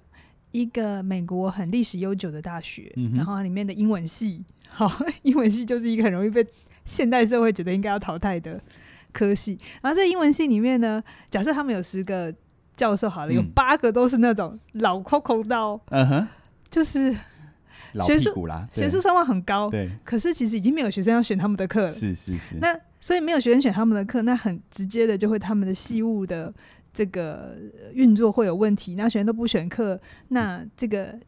[SPEAKER 2] 一个美国很历史悠久的大学，
[SPEAKER 1] 嗯哼
[SPEAKER 2] 然后它里面的英 文系，好，英文系就是一个很容易被现代社会觉得应该要淘汰的科系。然后在英文系里面呢，假设他们有十个教授好了，有
[SPEAKER 1] 嗯
[SPEAKER 2] 八个都是那种老 Coco 到
[SPEAKER 1] 嗯哼，
[SPEAKER 2] 就是
[SPEAKER 1] 老
[SPEAKER 2] 学
[SPEAKER 1] 屁
[SPEAKER 2] 术
[SPEAKER 1] 股啦，
[SPEAKER 2] 学
[SPEAKER 1] 对
[SPEAKER 2] 术声望很高，
[SPEAKER 1] 对，
[SPEAKER 2] 可是其实已经没有学生要选他们的课了。
[SPEAKER 1] 是是是，
[SPEAKER 2] 那所以没有学生选他们的课，那很直接的就会他们的系务的这个呃运作会有问题。那学生都不选课，那这个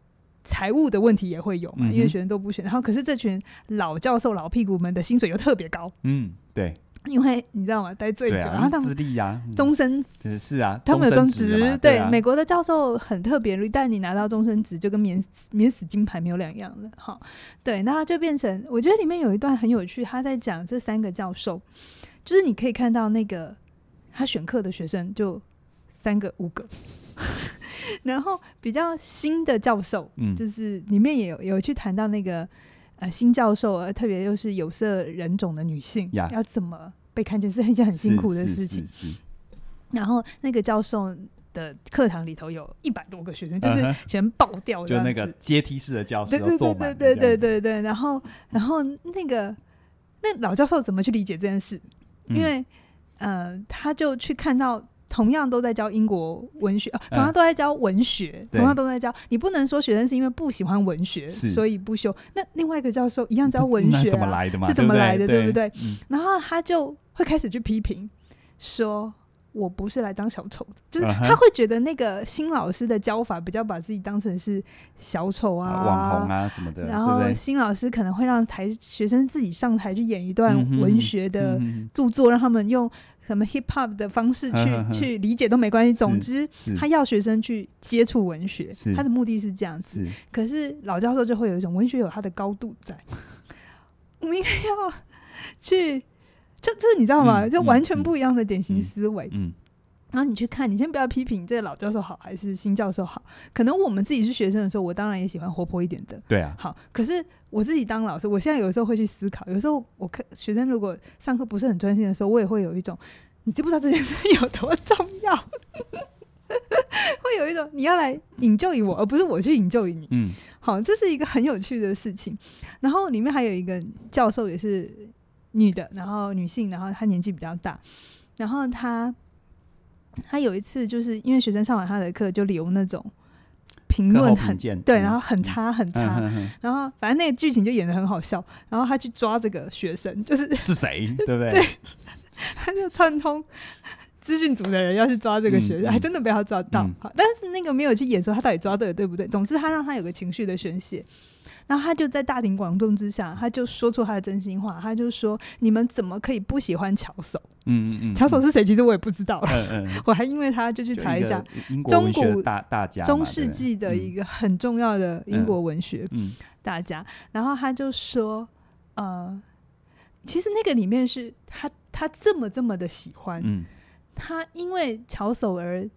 [SPEAKER 2] 财务的问题也会有嘛，
[SPEAKER 1] 嗯嗯哼
[SPEAKER 2] 因为学生都不选。然后，可是这群老教授、老屁股们的薪水又特别高，
[SPEAKER 1] 嗯，对，
[SPEAKER 2] 因为你知道吗？待最久，
[SPEAKER 1] 对啊，
[SPEAKER 2] 然后他
[SPEAKER 1] 资
[SPEAKER 2] 们
[SPEAKER 1] 历呀，嗯
[SPEAKER 2] 终身
[SPEAKER 1] 对是啊，
[SPEAKER 2] 他们有
[SPEAKER 1] 终
[SPEAKER 2] 中
[SPEAKER 1] 身职的嘛
[SPEAKER 2] 职，
[SPEAKER 1] 对
[SPEAKER 2] 对
[SPEAKER 1] 啊，
[SPEAKER 2] 美国的教授很特别，一旦你拿到终身职，就跟免死免死金牌没有两样了。哈，对，那他就变成，我觉得里面有一段很有趣，他在讲这三个教授，就是你可以看到那个他选课的学生就三个五个， 然后比较新的教授，
[SPEAKER 1] 嗯，
[SPEAKER 2] 就是里面也有有去谈到那个呃新教授，呃特别又是有色人种的女性
[SPEAKER 1] Yeah
[SPEAKER 2] 要怎么被看见是一件很辛苦的
[SPEAKER 1] 是
[SPEAKER 2] 事情。，
[SPEAKER 1] 是是是
[SPEAKER 2] 然后那个教授的课堂里头有一百多个学生，就
[SPEAKER 1] 嗯
[SPEAKER 2] 是
[SPEAKER 1] 哼
[SPEAKER 2] 全爆掉
[SPEAKER 1] 就
[SPEAKER 2] 这样
[SPEAKER 1] 那
[SPEAKER 2] 子，
[SPEAKER 1] 个阶梯式的教室
[SPEAKER 2] 对
[SPEAKER 1] 都
[SPEAKER 2] 对
[SPEAKER 1] 坐
[SPEAKER 2] 对
[SPEAKER 1] 满了
[SPEAKER 2] 对
[SPEAKER 1] 这样
[SPEAKER 2] 对
[SPEAKER 1] 子，
[SPEAKER 2] 对对对，然后然后那个那老教授怎么去理解这件事？
[SPEAKER 1] 嗯
[SPEAKER 2] 因为呃，他就去看到。同样都在教英国文学，啊
[SPEAKER 1] 嗯
[SPEAKER 2] 同样都在教文学，
[SPEAKER 1] 对
[SPEAKER 2] 同样都在教。你不能说学生是因为不喜欢文学，
[SPEAKER 1] 是
[SPEAKER 2] 所以不修。那另外一个教授一样
[SPEAKER 1] 那
[SPEAKER 2] 教文学、啊，
[SPEAKER 1] 怎么来的嘛？
[SPEAKER 2] 是怎
[SPEAKER 1] 对不
[SPEAKER 2] 么来的
[SPEAKER 1] 对
[SPEAKER 2] 对不对？
[SPEAKER 1] 嗯
[SPEAKER 2] 然后他就会开始去批评，说我不是来当小丑的，就是
[SPEAKER 1] 嗯哼
[SPEAKER 2] 他会觉得那个新老师的教法比较把自己当成是小丑啊、
[SPEAKER 1] 啊网红。啊什么的，
[SPEAKER 2] 然
[SPEAKER 1] 对不
[SPEAKER 2] 后
[SPEAKER 1] 对
[SPEAKER 2] 新老师可能会让台学生自己上台去演一段
[SPEAKER 1] 嗯哼
[SPEAKER 2] 文学
[SPEAKER 1] 嗯
[SPEAKER 2] 的
[SPEAKER 1] 哼
[SPEAKER 2] 著作，让他们用什么 hip hop 的方式去、
[SPEAKER 1] 嗯哼哼
[SPEAKER 2] 去理解都没关系。总之，
[SPEAKER 1] 是
[SPEAKER 2] 他要学生去接触文学
[SPEAKER 1] 是，
[SPEAKER 2] 他的目的是这样子。
[SPEAKER 1] 是
[SPEAKER 2] 可是老教授就会有一种文学有它的高度在， 我们应该要去，就就是你知道吗？
[SPEAKER 1] 嗯
[SPEAKER 2] 就完全不一样的典型思维。
[SPEAKER 1] 嗯
[SPEAKER 2] 然后你去看，你先不要批评这个老教授好还是新教授好，可能我们自己是学生的时候，我当然也喜欢活泼一点的。
[SPEAKER 1] 对啊，
[SPEAKER 2] 好，可是我自己当老师，我现在有时候会去思考，有时候我看学生如果上课不是很专心的时候，我也会有一种，你知不知道这件事有多重要？ 会有一种你要来引咎于我，而不是我去引咎于你。
[SPEAKER 1] 嗯
[SPEAKER 2] 好，这是一个很有趣的事情。然后里面还有一个教授也是女的，然后女性，然后她年纪比较大，然后她她有一次就是因为学生上完她的课就留那种评
[SPEAKER 1] 课后
[SPEAKER 2] 论
[SPEAKER 1] 评
[SPEAKER 2] 很
[SPEAKER 1] 鉴
[SPEAKER 2] 对，
[SPEAKER 1] 嗯
[SPEAKER 2] 然后很差很
[SPEAKER 1] 嗯
[SPEAKER 2] 差，
[SPEAKER 1] 哼哼
[SPEAKER 2] 然后反正那个剧情就演的很好笑，然后她去抓这个学生，就是
[SPEAKER 1] 是 谁？对不对？
[SPEAKER 2] 他就串通资讯组的人要去抓这个学生，
[SPEAKER 1] 嗯嗯
[SPEAKER 2] 还真的被他抓到。
[SPEAKER 1] 嗯
[SPEAKER 2] 好，但是那个没有去演说他到底抓对了对不对。总之，他让他有个情绪的宣泄。然后他就在大庭广众之下，他就说出他的真心话，他就说：“你们怎么可以不喜欢巧手？
[SPEAKER 1] 嗯嗯嗯，
[SPEAKER 2] 巧手
[SPEAKER 1] 嗯
[SPEAKER 2] 是谁？其实我也不知道，
[SPEAKER 1] 嗯嗯，
[SPEAKER 2] 我还因为他就去
[SPEAKER 1] 就
[SPEAKER 2] 查一
[SPEAKER 1] 个
[SPEAKER 2] 下
[SPEAKER 1] 英国文
[SPEAKER 2] 中
[SPEAKER 1] 学
[SPEAKER 2] 古
[SPEAKER 1] 大大家嘛
[SPEAKER 2] 中世，
[SPEAKER 1] 对
[SPEAKER 2] 纪
[SPEAKER 1] 不对
[SPEAKER 2] 的一个很重要的英国文学
[SPEAKER 1] 嗯
[SPEAKER 2] 大家，然后他就说，呃，其实那个里面是他他这么这么的喜欢，
[SPEAKER 1] 嗯
[SPEAKER 2] 他因为巧手而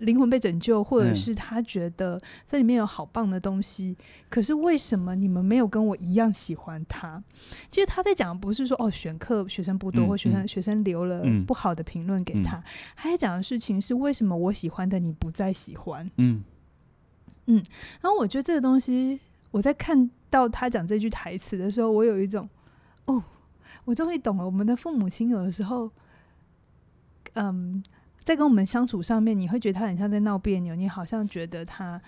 [SPEAKER 2] 灵魂被拯救，或者
[SPEAKER 1] 嗯
[SPEAKER 2] 是他觉得这里面有好棒的东西，可是为什么你们没有跟我一样喜欢他？其实他在讲的不是说哦选课学生不多，
[SPEAKER 1] 嗯
[SPEAKER 2] 或学生、
[SPEAKER 1] 嗯
[SPEAKER 2] 学生留了
[SPEAKER 1] 嗯
[SPEAKER 2] 不好的评论给他，他在讲的事情是为什么我喜欢的你不再喜欢。
[SPEAKER 1] 嗯
[SPEAKER 2] 然后我觉得这个东西，我在看到他讲这句台词的时候，我有一种，哦，我终于懂了。我们的父母亲有的时候，嗯，在跟我们相处上面，你会觉得他很像在闹别扭，你好像觉得他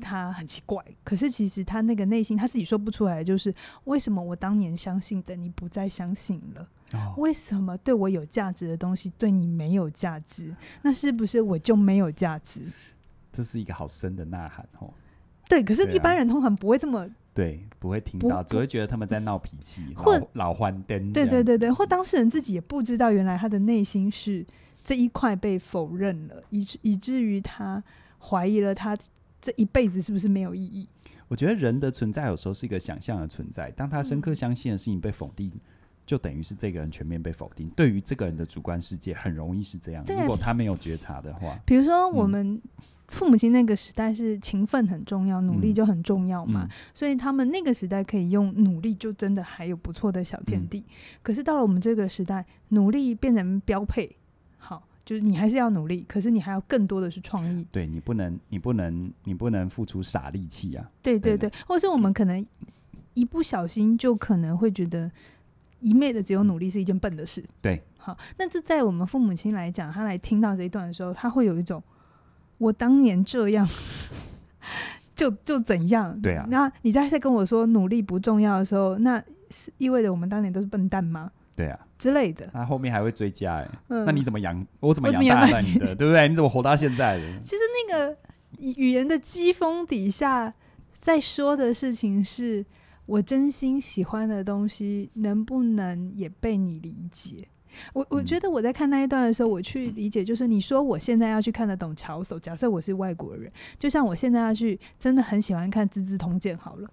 [SPEAKER 2] 他很奇怪，可是其实他那个内心他自己说不出来，就是为什么我当年相信的你不再相信了。
[SPEAKER 1] 嗯哦，
[SPEAKER 2] 为什么对我有价值的东西对你没有价值？那是不是我就没有价值？
[SPEAKER 1] 这是一个好深的呐喊哦。
[SPEAKER 2] 对，可是
[SPEAKER 1] 对啊
[SPEAKER 2] 一般人通常不会这么
[SPEAKER 1] 对，不会听
[SPEAKER 2] 不
[SPEAKER 1] 到，只会觉得他们在闹脾气，
[SPEAKER 2] 或
[SPEAKER 1] 老老欢灯这
[SPEAKER 2] 对
[SPEAKER 1] 样子。
[SPEAKER 2] 对对对，或当事人自己也不知道，原来他的内心是这一块被否认了，以至以至于他怀疑了他这一辈子是不是没有意义。
[SPEAKER 1] 我觉得人的存在有时候是一个想象的存在，当他深刻
[SPEAKER 2] 嗯
[SPEAKER 1] 相信的事情被否定，就等于是这个人全面被否定。对于这个人的主观世界，很容易是这样。
[SPEAKER 2] 对
[SPEAKER 1] 如果他没有觉察的话，
[SPEAKER 2] 比如说，我
[SPEAKER 1] 嗯
[SPEAKER 2] 们父母亲那个时代是勤奋很重要，努力
[SPEAKER 1] 嗯
[SPEAKER 2] 就很重要嘛，
[SPEAKER 1] 嗯
[SPEAKER 2] 所以他们那个时代可以用努力，就真的还有不错的小
[SPEAKER 1] 嗯
[SPEAKER 2] 天地。可是到了我们这个时代，努力变成标配，好，就是你还是要努力，可是你还要更多的是创意。
[SPEAKER 1] 对你不能，你不能，你不能付出傻力气啊！
[SPEAKER 2] 对
[SPEAKER 1] 对的
[SPEAKER 2] 对对，或是我们可能一不小心就可能会觉得一昧的只有努力是一件笨的事。
[SPEAKER 1] 嗯对，
[SPEAKER 2] 好，那这在我们父母亲来讲，他来听到这一段的时候，他会有一种我当年这样就就怎样。
[SPEAKER 1] 对啊
[SPEAKER 2] 那你在在跟我说努力不重要的时候，那是意味着我们当年都是笨蛋吗？
[SPEAKER 1] 对啊，
[SPEAKER 2] 之类的。
[SPEAKER 1] 他后面还会追加哎、
[SPEAKER 2] 嗯，
[SPEAKER 1] 那你怎么养？我怎么
[SPEAKER 2] 我怎么
[SPEAKER 1] 养大
[SPEAKER 2] 养
[SPEAKER 1] 了你 的？对不对？你怎么活到现在的？
[SPEAKER 2] 其实那个语语言的讥讽底下，在说的事情是我真心喜欢的东西，能不能也被你理解？我我
[SPEAKER 1] 嗯
[SPEAKER 2] 觉得我在看那一段的时候，我去理解，就是你说我现在要去看得懂巧手，假设我是外国人，就像我现在要去真的很喜欢看《资治通鉴》好了。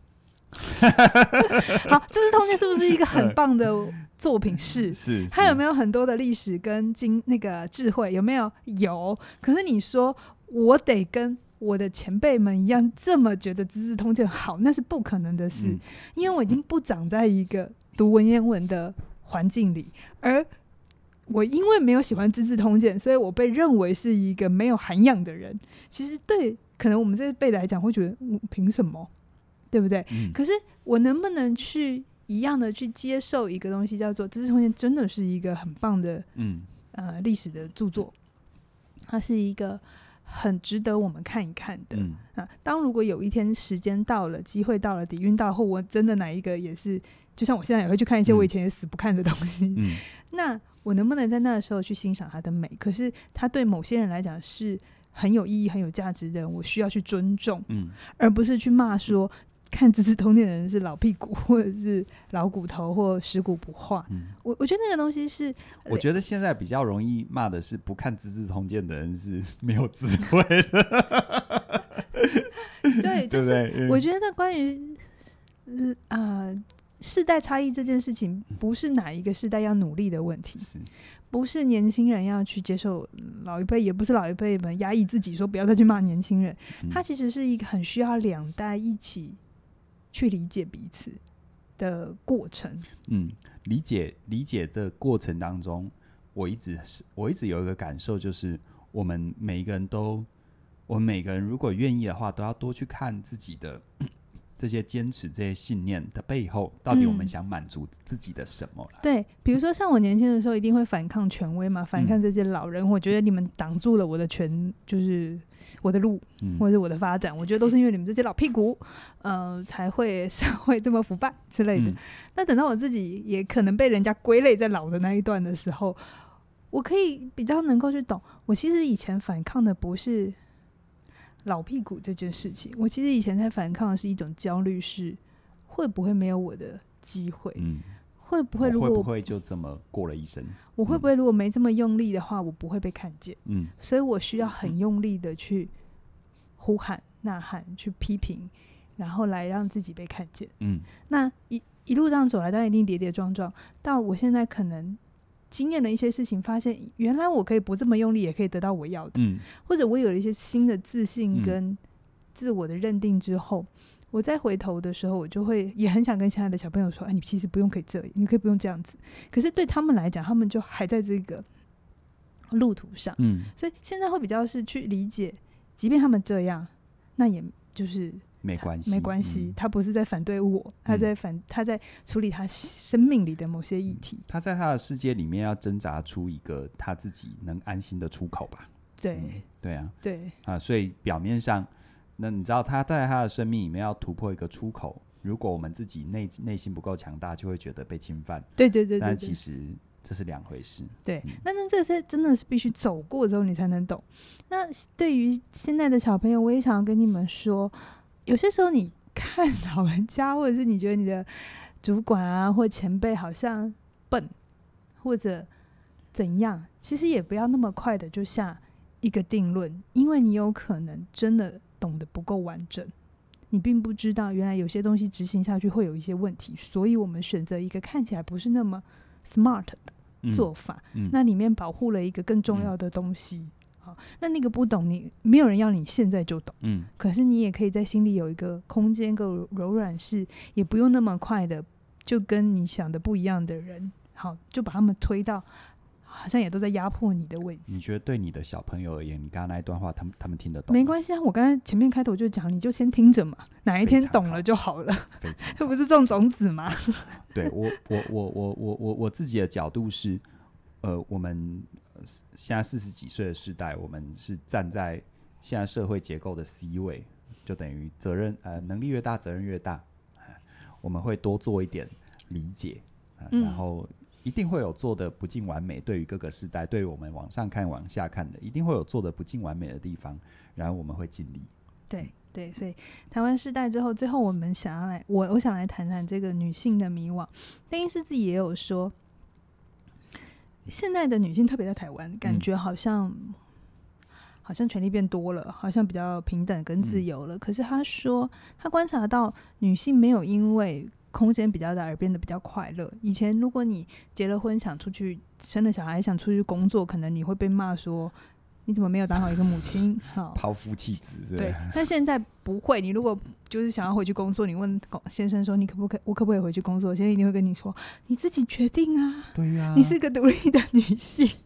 [SPEAKER 2] 好，《资治通鉴》是不是一个很棒的作品？是，
[SPEAKER 1] 是，
[SPEAKER 2] 它有
[SPEAKER 1] 有
[SPEAKER 2] 没有很多的历史跟经那个智慧？有没有？有。可是你说我得跟我的前辈们一样，这么觉得《资治通鉴》好，那是不可能的事，
[SPEAKER 1] 嗯
[SPEAKER 2] 因为我已经不长在一个读文言文的环境里，而我因为没有喜欢《资治通鉴》，所以我被认为是一个没有涵养的人。其实对，可能我们这一辈来讲，会觉得嗯凭什么，对不对？
[SPEAKER 1] 嗯
[SPEAKER 2] 可是我能不能去一样的去接受一个东西，叫做《知识空间》，真的是一个很棒的
[SPEAKER 1] 嗯
[SPEAKER 2] 呃历史的著作，它是一个很值得我们看一看的。
[SPEAKER 1] 嗯
[SPEAKER 2] 啊，当如果有一天时间到了，机会到了，底蕴到了，或我真的哪一个也是，就像我现在也会去看一些
[SPEAKER 1] 嗯
[SPEAKER 2] 我以前也死不看的东西，
[SPEAKER 1] 嗯
[SPEAKER 2] 那我能不能在那个时候去欣赏它的美？可是它对某些人来讲是很有意义、很有价值的，我需要去尊重。
[SPEAKER 1] 嗯
[SPEAKER 2] 而不是去骂说看《 资治通鉴》的人是老屁股，或者是老骨头，或食古不化。
[SPEAKER 1] 嗯，
[SPEAKER 2] 我我觉得那个东 西是，
[SPEAKER 1] 我觉得现在比较容易骂的是不看《资治通鉴》的人是 没有智 慧的，对
[SPEAKER 2] 对，就
[SPEAKER 1] 不
[SPEAKER 2] 是
[SPEAKER 1] 对？嗯
[SPEAKER 2] 我觉得关于，嗯呃。世代差异这件事情，
[SPEAKER 1] 嗯
[SPEAKER 2] 不是哪一个世代要努力的问题，
[SPEAKER 1] 是
[SPEAKER 2] 不是年轻人要去接受老一辈，也不是老一辈们压抑自己说不要再去骂年轻人。
[SPEAKER 1] 嗯
[SPEAKER 2] 它其实是一个很需要两代一起去理解彼此的过程。
[SPEAKER 1] 嗯，理解理解的过程当中，我一直是我一直有一个感受，就是我们每一个人都，我们每个人如果愿意的话，都要多去看自己的 这些坚持、这些信念的背后，到底我们
[SPEAKER 2] 嗯
[SPEAKER 1] 想满足自己的什么了？
[SPEAKER 2] 对，比如说像我年轻的时候，一定会反抗权威嘛，
[SPEAKER 1] 嗯
[SPEAKER 2] 反抗这些老人。我觉得你们挡住了我的权，就是我的路
[SPEAKER 1] 嗯
[SPEAKER 2] 或者是我的发展。我觉得都是因为你们这些老屁股，呃，才会 社会这么腐败之类的。
[SPEAKER 1] 嗯
[SPEAKER 2] 那等到我自己也可能被人家归类在老的那一段的时候，我可以比较能够去懂，我其实以前反抗的不是老屁股这件事情，我其实以前在反抗的是一种焦虑，是会不会没有我的机会。
[SPEAKER 1] 嗯，
[SPEAKER 2] 会不
[SPEAKER 1] 我
[SPEAKER 2] 会？
[SPEAKER 1] 会
[SPEAKER 2] 如果
[SPEAKER 1] 不
[SPEAKER 2] 我
[SPEAKER 1] 会就这么过了一生？
[SPEAKER 2] 我会不会如果没这么用力的话，我不会被看见？
[SPEAKER 1] 嗯
[SPEAKER 2] 所以我需要很用力的去呼喊、呐喊、去批评，然后来让自己被看见。
[SPEAKER 1] 嗯
[SPEAKER 2] 那一一路这样走来，当然一定跌跌撞撞。到我现在可能经验了一些事情，发现原来我可以不这么用力，也可以得到我要的，
[SPEAKER 1] 嗯
[SPEAKER 2] 或者我有了一些新的自
[SPEAKER 1] 嗯
[SPEAKER 2] 信跟自我的认定之后。我再回头的时候，我就会也很想跟现在的小朋友说：“哎，你其实不用可以这样，你可以不用这样子。”可是对他们来讲，他们就还在这个路途上，
[SPEAKER 1] 嗯，
[SPEAKER 2] 所以现在会比较是去理解，即便他们这样，那也就是
[SPEAKER 1] 没关系，
[SPEAKER 2] 没关系，
[SPEAKER 1] 嗯
[SPEAKER 2] 他不是在反对我，他在反、他在处理他生命里的某些议题。
[SPEAKER 1] 他在他的世界里面要挣扎出一个他自己能安心的出口吧？
[SPEAKER 2] 对、
[SPEAKER 1] 嗯对啊，
[SPEAKER 2] 对，
[SPEAKER 1] 啊，所以表面上，那你知道他在他的生命里面要突破一个出口，如果我们自己内内心不够强大，就会觉得被侵犯，
[SPEAKER 2] 对对对对
[SPEAKER 1] 但其
[SPEAKER 2] 对
[SPEAKER 1] 实这是两回事。
[SPEAKER 2] 对
[SPEAKER 1] 嗯。
[SPEAKER 2] 那那这些真的是必须走过之后你才能懂。那对于现在的小朋友，我也想要跟你们说，有些时候你看老人家，或者是你觉得你的主管啊或前辈好像笨，或者怎样，其实也不要那么快的就下一个定论，因为你有可能真的懂得不够完整。你并不知道，原来有些东西执行下去会有一些问题，所以我们选择一个看起来不是那么 smart 的
[SPEAKER 1] 嗯
[SPEAKER 2] 做，法，
[SPEAKER 1] 嗯，
[SPEAKER 2] 那里面保护了一个更重要的东西。好，那那个不懂你，没有人要你现在就懂，
[SPEAKER 1] 嗯
[SPEAKER 2] 可是你也可以在心里有一个空间，个柔软是，也不用那么快的就跟你想的不一样的人，好，就把他们推到好像也都在压迫你的位置
[SPEAKER 1] 你。觉得对你的小朋友而言，你刚刚那一段话，他们他们听得懂？
[SPEAKER 2] 没关系啊，我刚才前面开头就讲，你就先听着嘛，哪一天
[SPEAKER 1] 非常
[SPEAKER 2] 懂
[SPEAKER 1] 好
[SPEAKER 2] 了就好了，
[SPEAKER 1] 系，非常
[SPEAKER 2] 这不是种种子吗？
[SPEAKER 1] 对我我我我我我我自己的角度是，呃，我们呃现在四十几岁的时代，我们是站在现在社会结构的 C 位，就等于责任呃能力越大，责任越大，我们会多做一点理解，啊
[SPEAKER 2] 嗯
[SPEAKER 1] 然后一定会有做的不尽完美。对于各个时代，对于我们往上看、往下看的，一定会有做的不尽完美的地方，然后我们会尽力。
[SPEAKER 2] 对，对，所以谈完世代之后，最后我们想要来，我我想来谈谈这个女性的迷惘。邓医师自己也有说，现在的女性，特别在台湾，感觉好像、好像权利变多了，好像比较平等跟自
[SPEAKER 1] 嗯
[SPEAKER 2] 由了。可是他说，他观察到女性没有因为空间比较大而变得比较快乐。以前如果你结了婚想出去生了小孩想出去工作，可能你会被骂说。你怎么没有当好一个母亲？好，
[SPEAKER 1] 抛夫弃子是不
[SPEAKER 2] 对
[SPEAKER 1] 是？，
[SPEAKER 2] 但现在不会。你如果就是想要回去工作，你问公先生说你可不可我可不可以回去工作，先生一定会跟你说你自己决定啊，
[SPEAKER 1] 对呀、
[SPEAKER 2] 你是个独立的女性。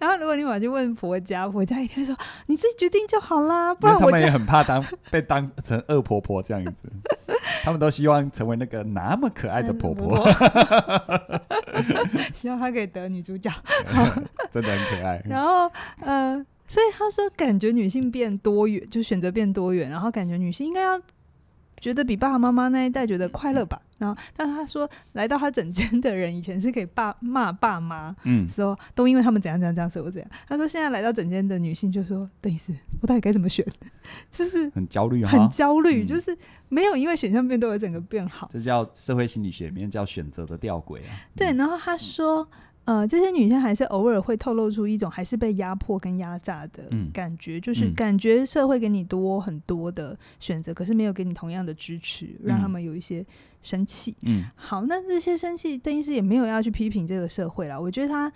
[SPEAKER 2] 然后如果你跑去问婆家，婆家一定会说你自己决定就好啦，不
[SPEAKER 1] 因为
[SPEAKER 2] 然
[SPEAKER 1] 他
[SPEAKER 2] 我
[SPEAKER 1] 们
[SPEAKER 2] 就
[SPEAKER 1] 也很怕当被当成恶婆婆这样 子，他们都希望成为那个那么可爱的婆婆，
[SPEAKER 2] 嗯。婆婆 希望她可以得女主角。
[SPEAKER 1] 真的很可爱。
[SPEAKER 2] 然后呃，所以他说感觉女性变多元，就选择变多元，然后感觉女性应该要觉得比爸爸妈妈那一代觉得快乐吧。然后，但他说来到他整间的人以前是可以爸骂爸妈，
[SPEAKER 1] 嗯，
[SPEAKER 2] 说都因为他们怎样怎样怎样，所以我怎样。他说现在来到整间的女性就说，等于是我到底该怎么选， 就是
[SPEAKER 1] 很焦虑
[SPEAKER 2] 很
[SPEAKER 1] 哈，
[SPEAKER 2] 焦虑，
[SPEAKER 1] 嗯
[SPEAKER 2] 就是没有因为选项变多而整个变好。
[SPEAKER 1] 这叫社会心理学里面叫选择的吊诡啊。
[SPEAKER 2] 对，然后他说，呃，这些女性还是偶尔会透露出一种还是被压迫跟压榨的
[SPEAKER 1] 嗯
[SPEAKER 2] 感觉，就是
[SPEAKER 1] 嗯
[SPEAKER 2] 感觉社会给你多很多的选择，可是没有给你同样的支持，让他们有一些生气。
[SPEAKER 1] 嗯，
[SPEAKER 2] 好，那这些生气，邓医师也没有要去批评这个社会啦。我觉得他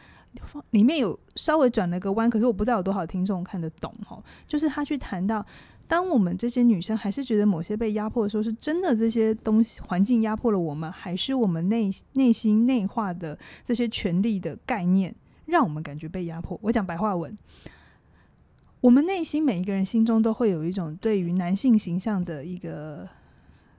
[SPEAKER 2] 里面有稍微转了个弯，可是我不知道有多少听众看得懂哈。就是他去谈到，当我们这些女生还是觉得某些被压迫的时候，是真的这些东西环境压迫了我们，还是我们内内心内化的这些权利的概念，让我们感觉被压迫？我讲白话文。我们内心每一个人心中都会有一种对于男性形象的一个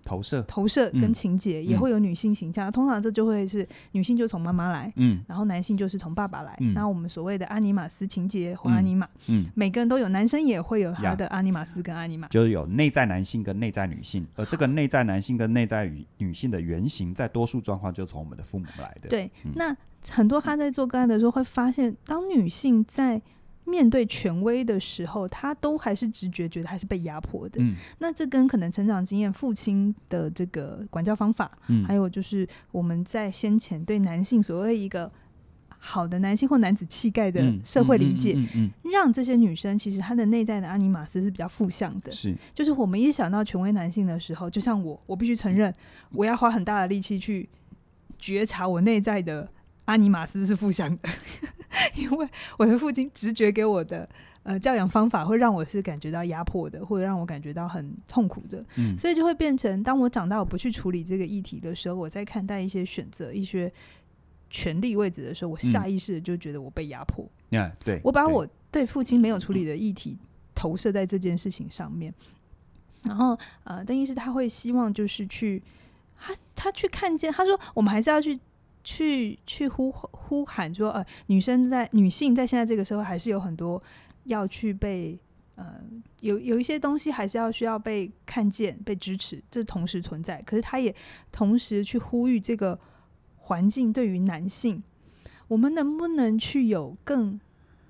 [SPEAKER 1] 投射，
[SPEAKER 2] 投射跟
[SPEAKER 1] 嗯
[SPEAKER 2] 情节，也
[SPEAKER 1] 嗯
[SPEAKER 2] 会有女性形象。通常这就会是女性就从妈妈来，
[SPEAKER 1] 嗯
[SPEAKER 2] 然后男性就是从爸爸来。
[SPEAKER 1] 嗯
[SPEAKER 2] 那我们所谓的阿尼玛斯情节或阿尼玛，
[SPEAKER 1] 嗯，
[SPEAKER 2] 每个人都有，男生也会有他
[SPEAKER 1] 呀
[SPEAKER 2] 的阿尼玛斯跟阿尼玛。
[SPEAKER 1] 就是有内在男性跟内在女性，而这个内在男性跟内在女女性的原型，在多数状况就从我们的父母来的。，
[SPEAKER 2] 对，
[SPEAKER 1] 嗯
[SPEAKER 2] 那很多他在做个案的时候会发现，当女性在面对权威的时候，她都还是直觉觉得她是被压迫的。
[SPEAKER 1] 嗯
[SPEAKER 2] 那这跟可能成长经验、父亲的这个管教方法，
[SPEAKER 1] 嗯，
[SPEAKER 2] 还有就是我们在先前对男性所谓一个好的男性或男子气概的
[SPEAKER 1] 嗯
[SPEAKER 2] 社会理解，
[SPEAKER 1] 嗯嗯嗯嗯
[SPEAKER 2] 让这些女生其实她的内在的阿尼玛斯是比较负向的
[SPEAKER 1] 嗯，。是
[SPEAKER 2] 就是我们一想到权威男性的时候，就像我，我必须承认，
[SPEAKER 1] 嗯
[SPEAKER 2] 我要花很大的力气去觉察我内在的阿尼玛斯是负向的， 因为我的父亲直觉给我的。呃，教养方法会让我是感觉到压迫的，或者让我感觉到很痛苦的。
[SPEAKER 1] 嗯
[SPEAKER 2] 所以就会变成，当我长大我不去处理这个议题的时候，我在看待一些选择、一些权力位置的时候，我下意识地就觉得我被压迫。
[SPEAKER 1] 呀，对，
[SPEAKER 2] 我把
[SPEAKER 1] 对
[SPEAKER 2] 我对父亲没有处理的议题投射在这件事情上面。然后，呃，邓医师他会希望就是去他他去看见，他说我们还是要去去去呼呼喊说，呃，女生在女性在现在这个社会还是有很多要去被呃有有一些东西还是要需要被看见、被支持，这同时存在。可是他也同时去呼吁这个环境对于男性，我们能不能去有更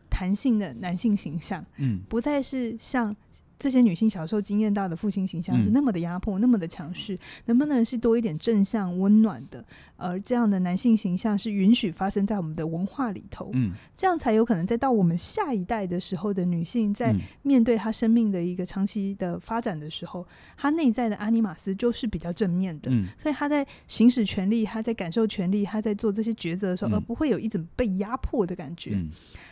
[SPEAKER 2] 弹性的男性形象，
[SPEAKER 1] 嗯
[SPEAKER 2] 不再是像。这些女性小时候经验到的父亲形象
[SPEAKER 1] 嗯
[SPEAKER 2] 是那么的压迫，那么的强势，能不能是多一点正向、温暖的？而这样的男性形象是允许发生在我们的文化里头，
[SPEAKER 1] 嗯，
[SPEAKER 2] 这样才有可能再到我们下一代的时候的女性在
[SPEAKER 1] 嗯
[SPEAKER 2] 面对她生命的一个长期的发展的时候，她内在的阿尼玛斯就是比较正面的。
[SPEAKER 1] 嗯
[SPEAKER 2] 所以她在行使权利，她在感受权利，她在做这些抉择的时候，
[SPEAKER 1] 嗯
[SPEAKER 2] 而不会有一种被压迫的感觉。
[SPEAKER 1] 嗯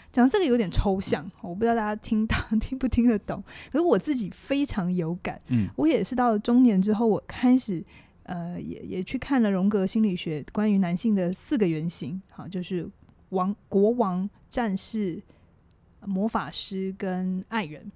[SPEAKER 2] 讲到这个有点抽象，我不知道大家听到 听不听得懂，可是我自己非常有感。
[SPEAKER 1] 嗯
[SPEAKER 2] 我也是到中年之后，我开始呃也也去看了荣格心理学关于男性的四个原型，好，就是王、国王、战士、魔法师跟爱人。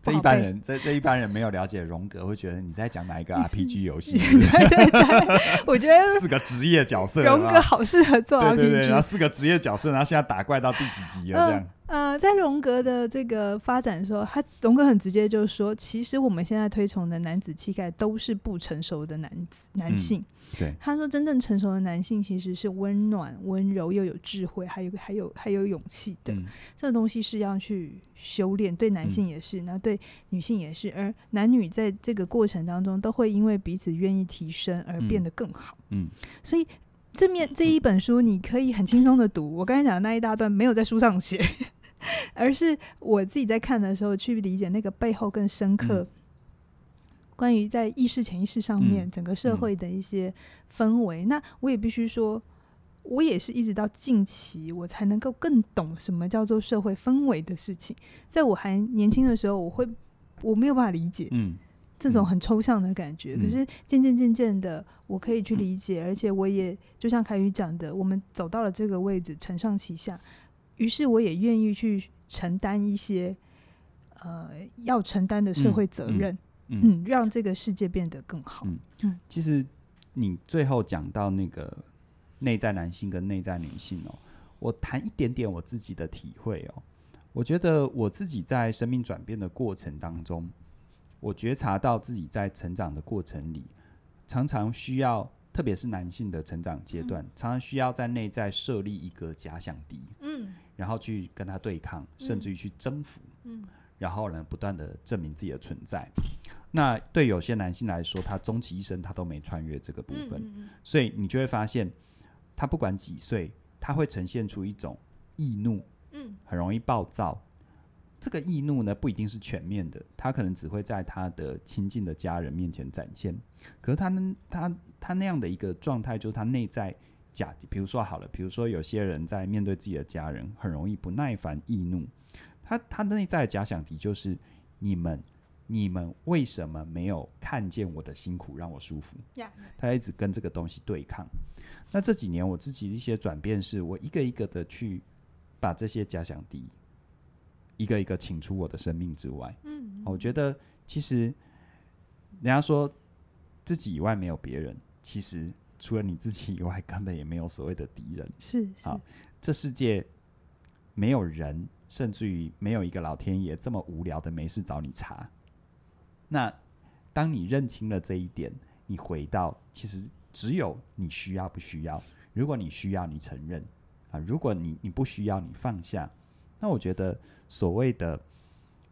[SPEAKER 1] 这
[SPEAKER 2] 不好
[SPEAKER 1] 一般
[SPEAKER 2] 背
[SPEAKER 1] 人，这这一般人没有了解荣格，会觉得你在讲哪一个 RPG 游戏？
[SPEAKER 2] 对对嗯对，我觉得
[SPEAKER 1] 四个职业角色，
[SPEAKER 2] 荣格
[SPEAKER 1] 然后
[SPEAKER 2] 好适合做 RPG。
[SPEAKER 1] 对对对，然后四个职业角色，然后现在打怪到第几集了？这样，
[SPEAKER 2] 呃，在荣格的这个发展的时候，他荣格很直接
[SPEAKER 1] 嗯
[SPEAKER 2] 就说，其实我们现在推崇的男子气概都是不成熟的男子男性，
[SPEAKER 1] 对
[SPEAKER 2] 他说，真正成熟的男性其实是温暖、温柔又有智慧，还有还有还有勇气的。
[SPEAKER 1] 嗯
[SPEAKER 2] 这个东西是要去修炼，对男性也是，那、对女性也是。而男女在这个过程当中，都会因为彼此愿意提升而变得更好。
[SPEAKER 1] 嗯
[SPEAKER 2] 所以这面这一本书，你可以很轻松的读。我刚才讲的那一大段没有在书上写， 而是我自己在看的时候去理解那个背后更深刻。
[SPEAKER 1] 嗯
[SPEAKER 2] 关于在意识、潜意识上面，
[SPEAKER 1] 嗯
[SPEAKER 2] 整个社会的一些氛围，那我也必须说，我也是一直到近期，我才能够更懂什么叫做社会氛围的事情。在我还年轻的时候，我会我没有办法理解，
[SPEAKER 1] 嗯
[SPEAKER 2] 这种很抽象的感觉。
[SPEAKER 1] 嗯
[SPEAKER 2] 可是渐渐渐渐的，我可以去理解，而且我也就像凯宇讲的，我们走到了这个位置，承上启下，于是我也愿意去承担一些呃要承担的社会责任，
[SPEAKER 1] 嗯
[SPEAKER 2] 嗯，让这个世界变得更好。
[SPEAKER 1] 嗯其实你最后讲到那个内在男性跟内在女性哦，我谈一点点我自己的体会哦。我觉得我自己在生命转变的过程当中，我觉察到自己在成长的过程里，常常需要，特别是男性的成长阶段，常常需要在内在设立一个假想敌，
[SPEAKER 2] 嗯
[SPEAKER 1] 然后去跟他对抗，甚至于去征服。
[SPEAKER 2] 嗯
[SPEAKER 1] 然后呢，不断的证明自己的存在。那对有些男性来说，他终其一生他都没穿越这个部分，
[SPEAKER 2] 嗯
[SPEAKER 1] 所以你就会发现，他不管几岁，他会呈现出一种易怒，
[SPEAKER 2] 嗯
[SPEAKER 1] 很容易暴躁。这个易怒呢，不一定是全面的，他可能只会在他的亲近的家人面前展现。可是他呢，他他那样的一个状态，就是他内在假，比如说好了，比如说有些人在面对自己的家人，很容易不耐烦、易怒。他他内在的假想敌就是你们，你们为什么没有看见我的辛苦，让我舒服？
[SPEAKER 2] 呀嗯
[SPEAKER 1] 他一直跟这个东西对抗。那这几年我自己的一些转变是，我一个一个的去把这些假想敌一个一个请出我的生命之外。
[SPEAKER 2] 嗯
[SPEAKER 1] 哦我觉得其实人家说自己以外没有别人，其实除了你自己以外，根本也没有所谓的敌人。
[SPEAKER 2] 是是
[SPEAKER 1] 好这世界没有人，甚至于没有一个老天爷这么无聊的没事找你茬。那当你认清了这一点，你回到其实只有你需要不需要。如果你需要，你承认啊；如果你你不需要，你放下。那我觉得所谓的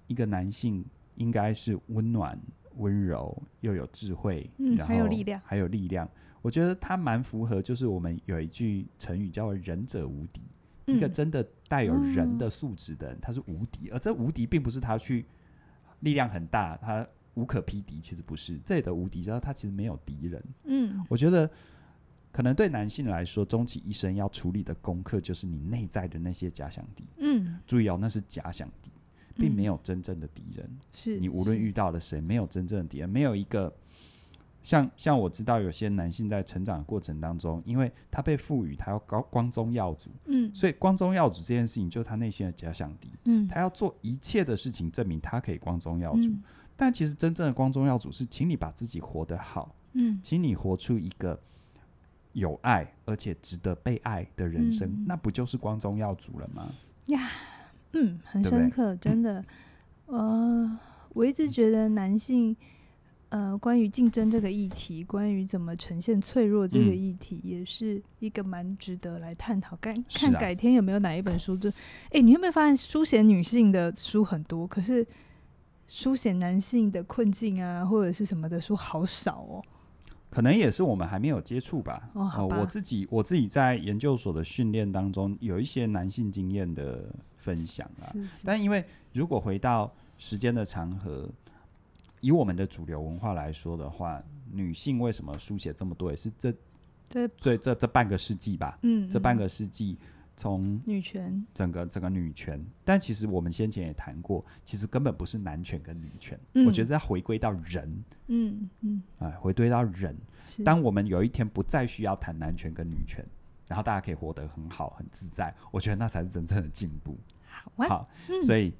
[SPEAKER 1] 一个男性，应该是温暖、温柔又有智慧，
[SPEAKER 2] 嗯
[SPEAKER 1] 然后
[SPEAKER 2] 还有力量
[SPEAKER 1] 还有力量。我觉得他蛮符合，就是我们有一句成语叫“仁者无敌”，一个
[SPEAKER 2] 嗯
[SPEAKER 1] 真的带有人
[SPEAKER 2] 嗯
[SPEAKER 1] 的素质的人，他是无敌。而这无敌并不是他去力量很大，他无可匹敌，其实不是。这里的无敌，就是他其实没有敌人。
[SPEAKER 2] 嗯
[SPEAKER 1] 我觉得，可能对男性来说，终其一生要处理的功课，就是你内在的那些假想敌。
[SPEAKER 2] 嗯，
[SPEAKER 1] 注意哦，那是假想敌，并没
[SPEAKER 2] 有
[SPEAKER 1] 有真正的敌人。
[SPEAKER 2] 嗯是
[SPEAKER 1] 你无论
[SPEAKER 2] 是
[SPEAKER 1] 遇到了谁，没有真正的敌人，没有一个像像我知道有些男性在成长的过程当中，因为他被赋予他要高光宗耀祖，
[SPEAKER 2] 嗯
[SPEAKER 1] 所以光宗耀祖这件事情就是他内心的假想敌，
[SPEAKER 2] 嗯
[SPEAKER 1] 他要做一切的事情证明他可以光宗耀祖。
[SPEAKER 2] 嗯
[SPEAKER 1] 但其实真正的光宗耀祖是，请你把自己活得好，
[SPEAKER 2] 嗯
[SPEAKER 1] 请你活出一个有爱而且值得被爱的人生，
[SPEAKER 2] 嗯
[SPEAKER 1] 那不就是光宗耀祖了吗？
[SPEAKER 2] 嗯，很
[SPEAKER 1] 对不对
[SPEAKER 2] 深刻，真的。呃，我一直觉得男性，呃，关于竞争这个议题，关于怎么呈现脆弱这个
[SPEAKER 1] 嗯
[SPEAKER 2] 议题，也是一个蛮值得来探讨。看
[SPEAKER 1] 是
[SPEAKER 2] 看
[SPEAKER 1] 啊
[SPEAKER 2] 改天有没有哪一本书就，哎，你有没有发现书写女性的书很多，可是书写男性的困境啊，或者是什么的书好少哦。
[SPEAKER 1] 可能也是我们还没有接触吧。呃
[SPEAKER 2] 哦好吧
[SPEAKER 1] 我自己我自己在研究所的训练当中，有一些男性经验的分享啊。
[SPEAKER 2] 是是，
[SPEAKER 1] 但因为如果回到时间的长河，以我们的主流文化来说的话，女性为什么书写这么多，也是这
[SPEAKER 2] 这
[SPEAKER 1] 这这这半个世纪吧，
[SPEAKER 2] 嗯，
[SPEAKER 1] 这半
[SPEAKER 2] 嗯
[SPEAKER 1] 个世纪从
[SPEAKER 2] 女权，
[SPEAKER 1] 整个整个女权，但其实我们先前也谈过，其实根本不是男权跟女权，
[SPEAKER 2] 嗯
[SPEAKER 1] 我觉得要回归到人，
[SPEAKER 2] 嗯嗯，
[SPEAKER 1] 哎，回归到人，
[SPEAKER 2] 是
[SPEAKER 1] 当我们有一天不再需要谈男权跟女权，然后大家可以活得很好、很自在，我觉得那才是真正的进步。
[SPEAKER 2] 好啊，
[SPEAKER 1] 好，
[SPEAKER 2] 嗯
[SPEAKER 1] 所以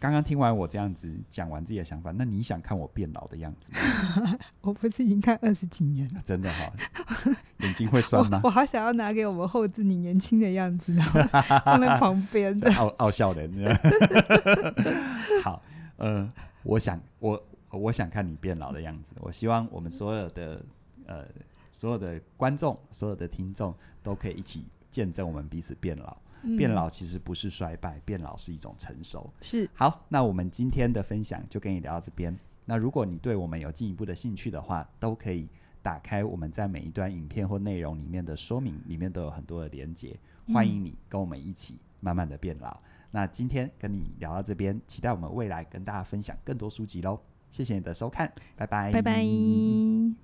[SPEAKER 1] 刚刚听完我这样子讲完自己的想法，那你想看我变老的样子 吗？
[SPEAKER 2] 我不是已经看二十几年了。
[SPEAKER 1] 真的哈、眼睛会酸吗
[SPEAKER 2] 我？我？好想要拿给我们后置你年轻的样子，然后放在旁边的。
[SPEAKER 1] 傲傲笑人。 好，呃，我想我我想看你变老的样子。我希望我们所有的呃所有的观众、所有的听众都可以一起见证我们彼此变老。
[SPEAKER 2] 嗯
[SPEAKER 1] 变老其实不是衰败，变老是一种成熟。
[SPEAKER 2] 是
[SPEAKER 1] 好，那我们今天的分享就跟你聊到这边。那如果你对我们有进一步的兴趣的话，都可以打开我们在每一段影片或内容里面的说明，里面都有很多的连接，欢迎你跟我们一起慢慢的变老。那今天跟你聊到这边，期
[SPEAKER 2] 哎
[SPEAKER 1] 待我们未来跟大家分享更多书籍喽。谢谢你的收看，拜拜，
[SPEAKER 2] 拜拜。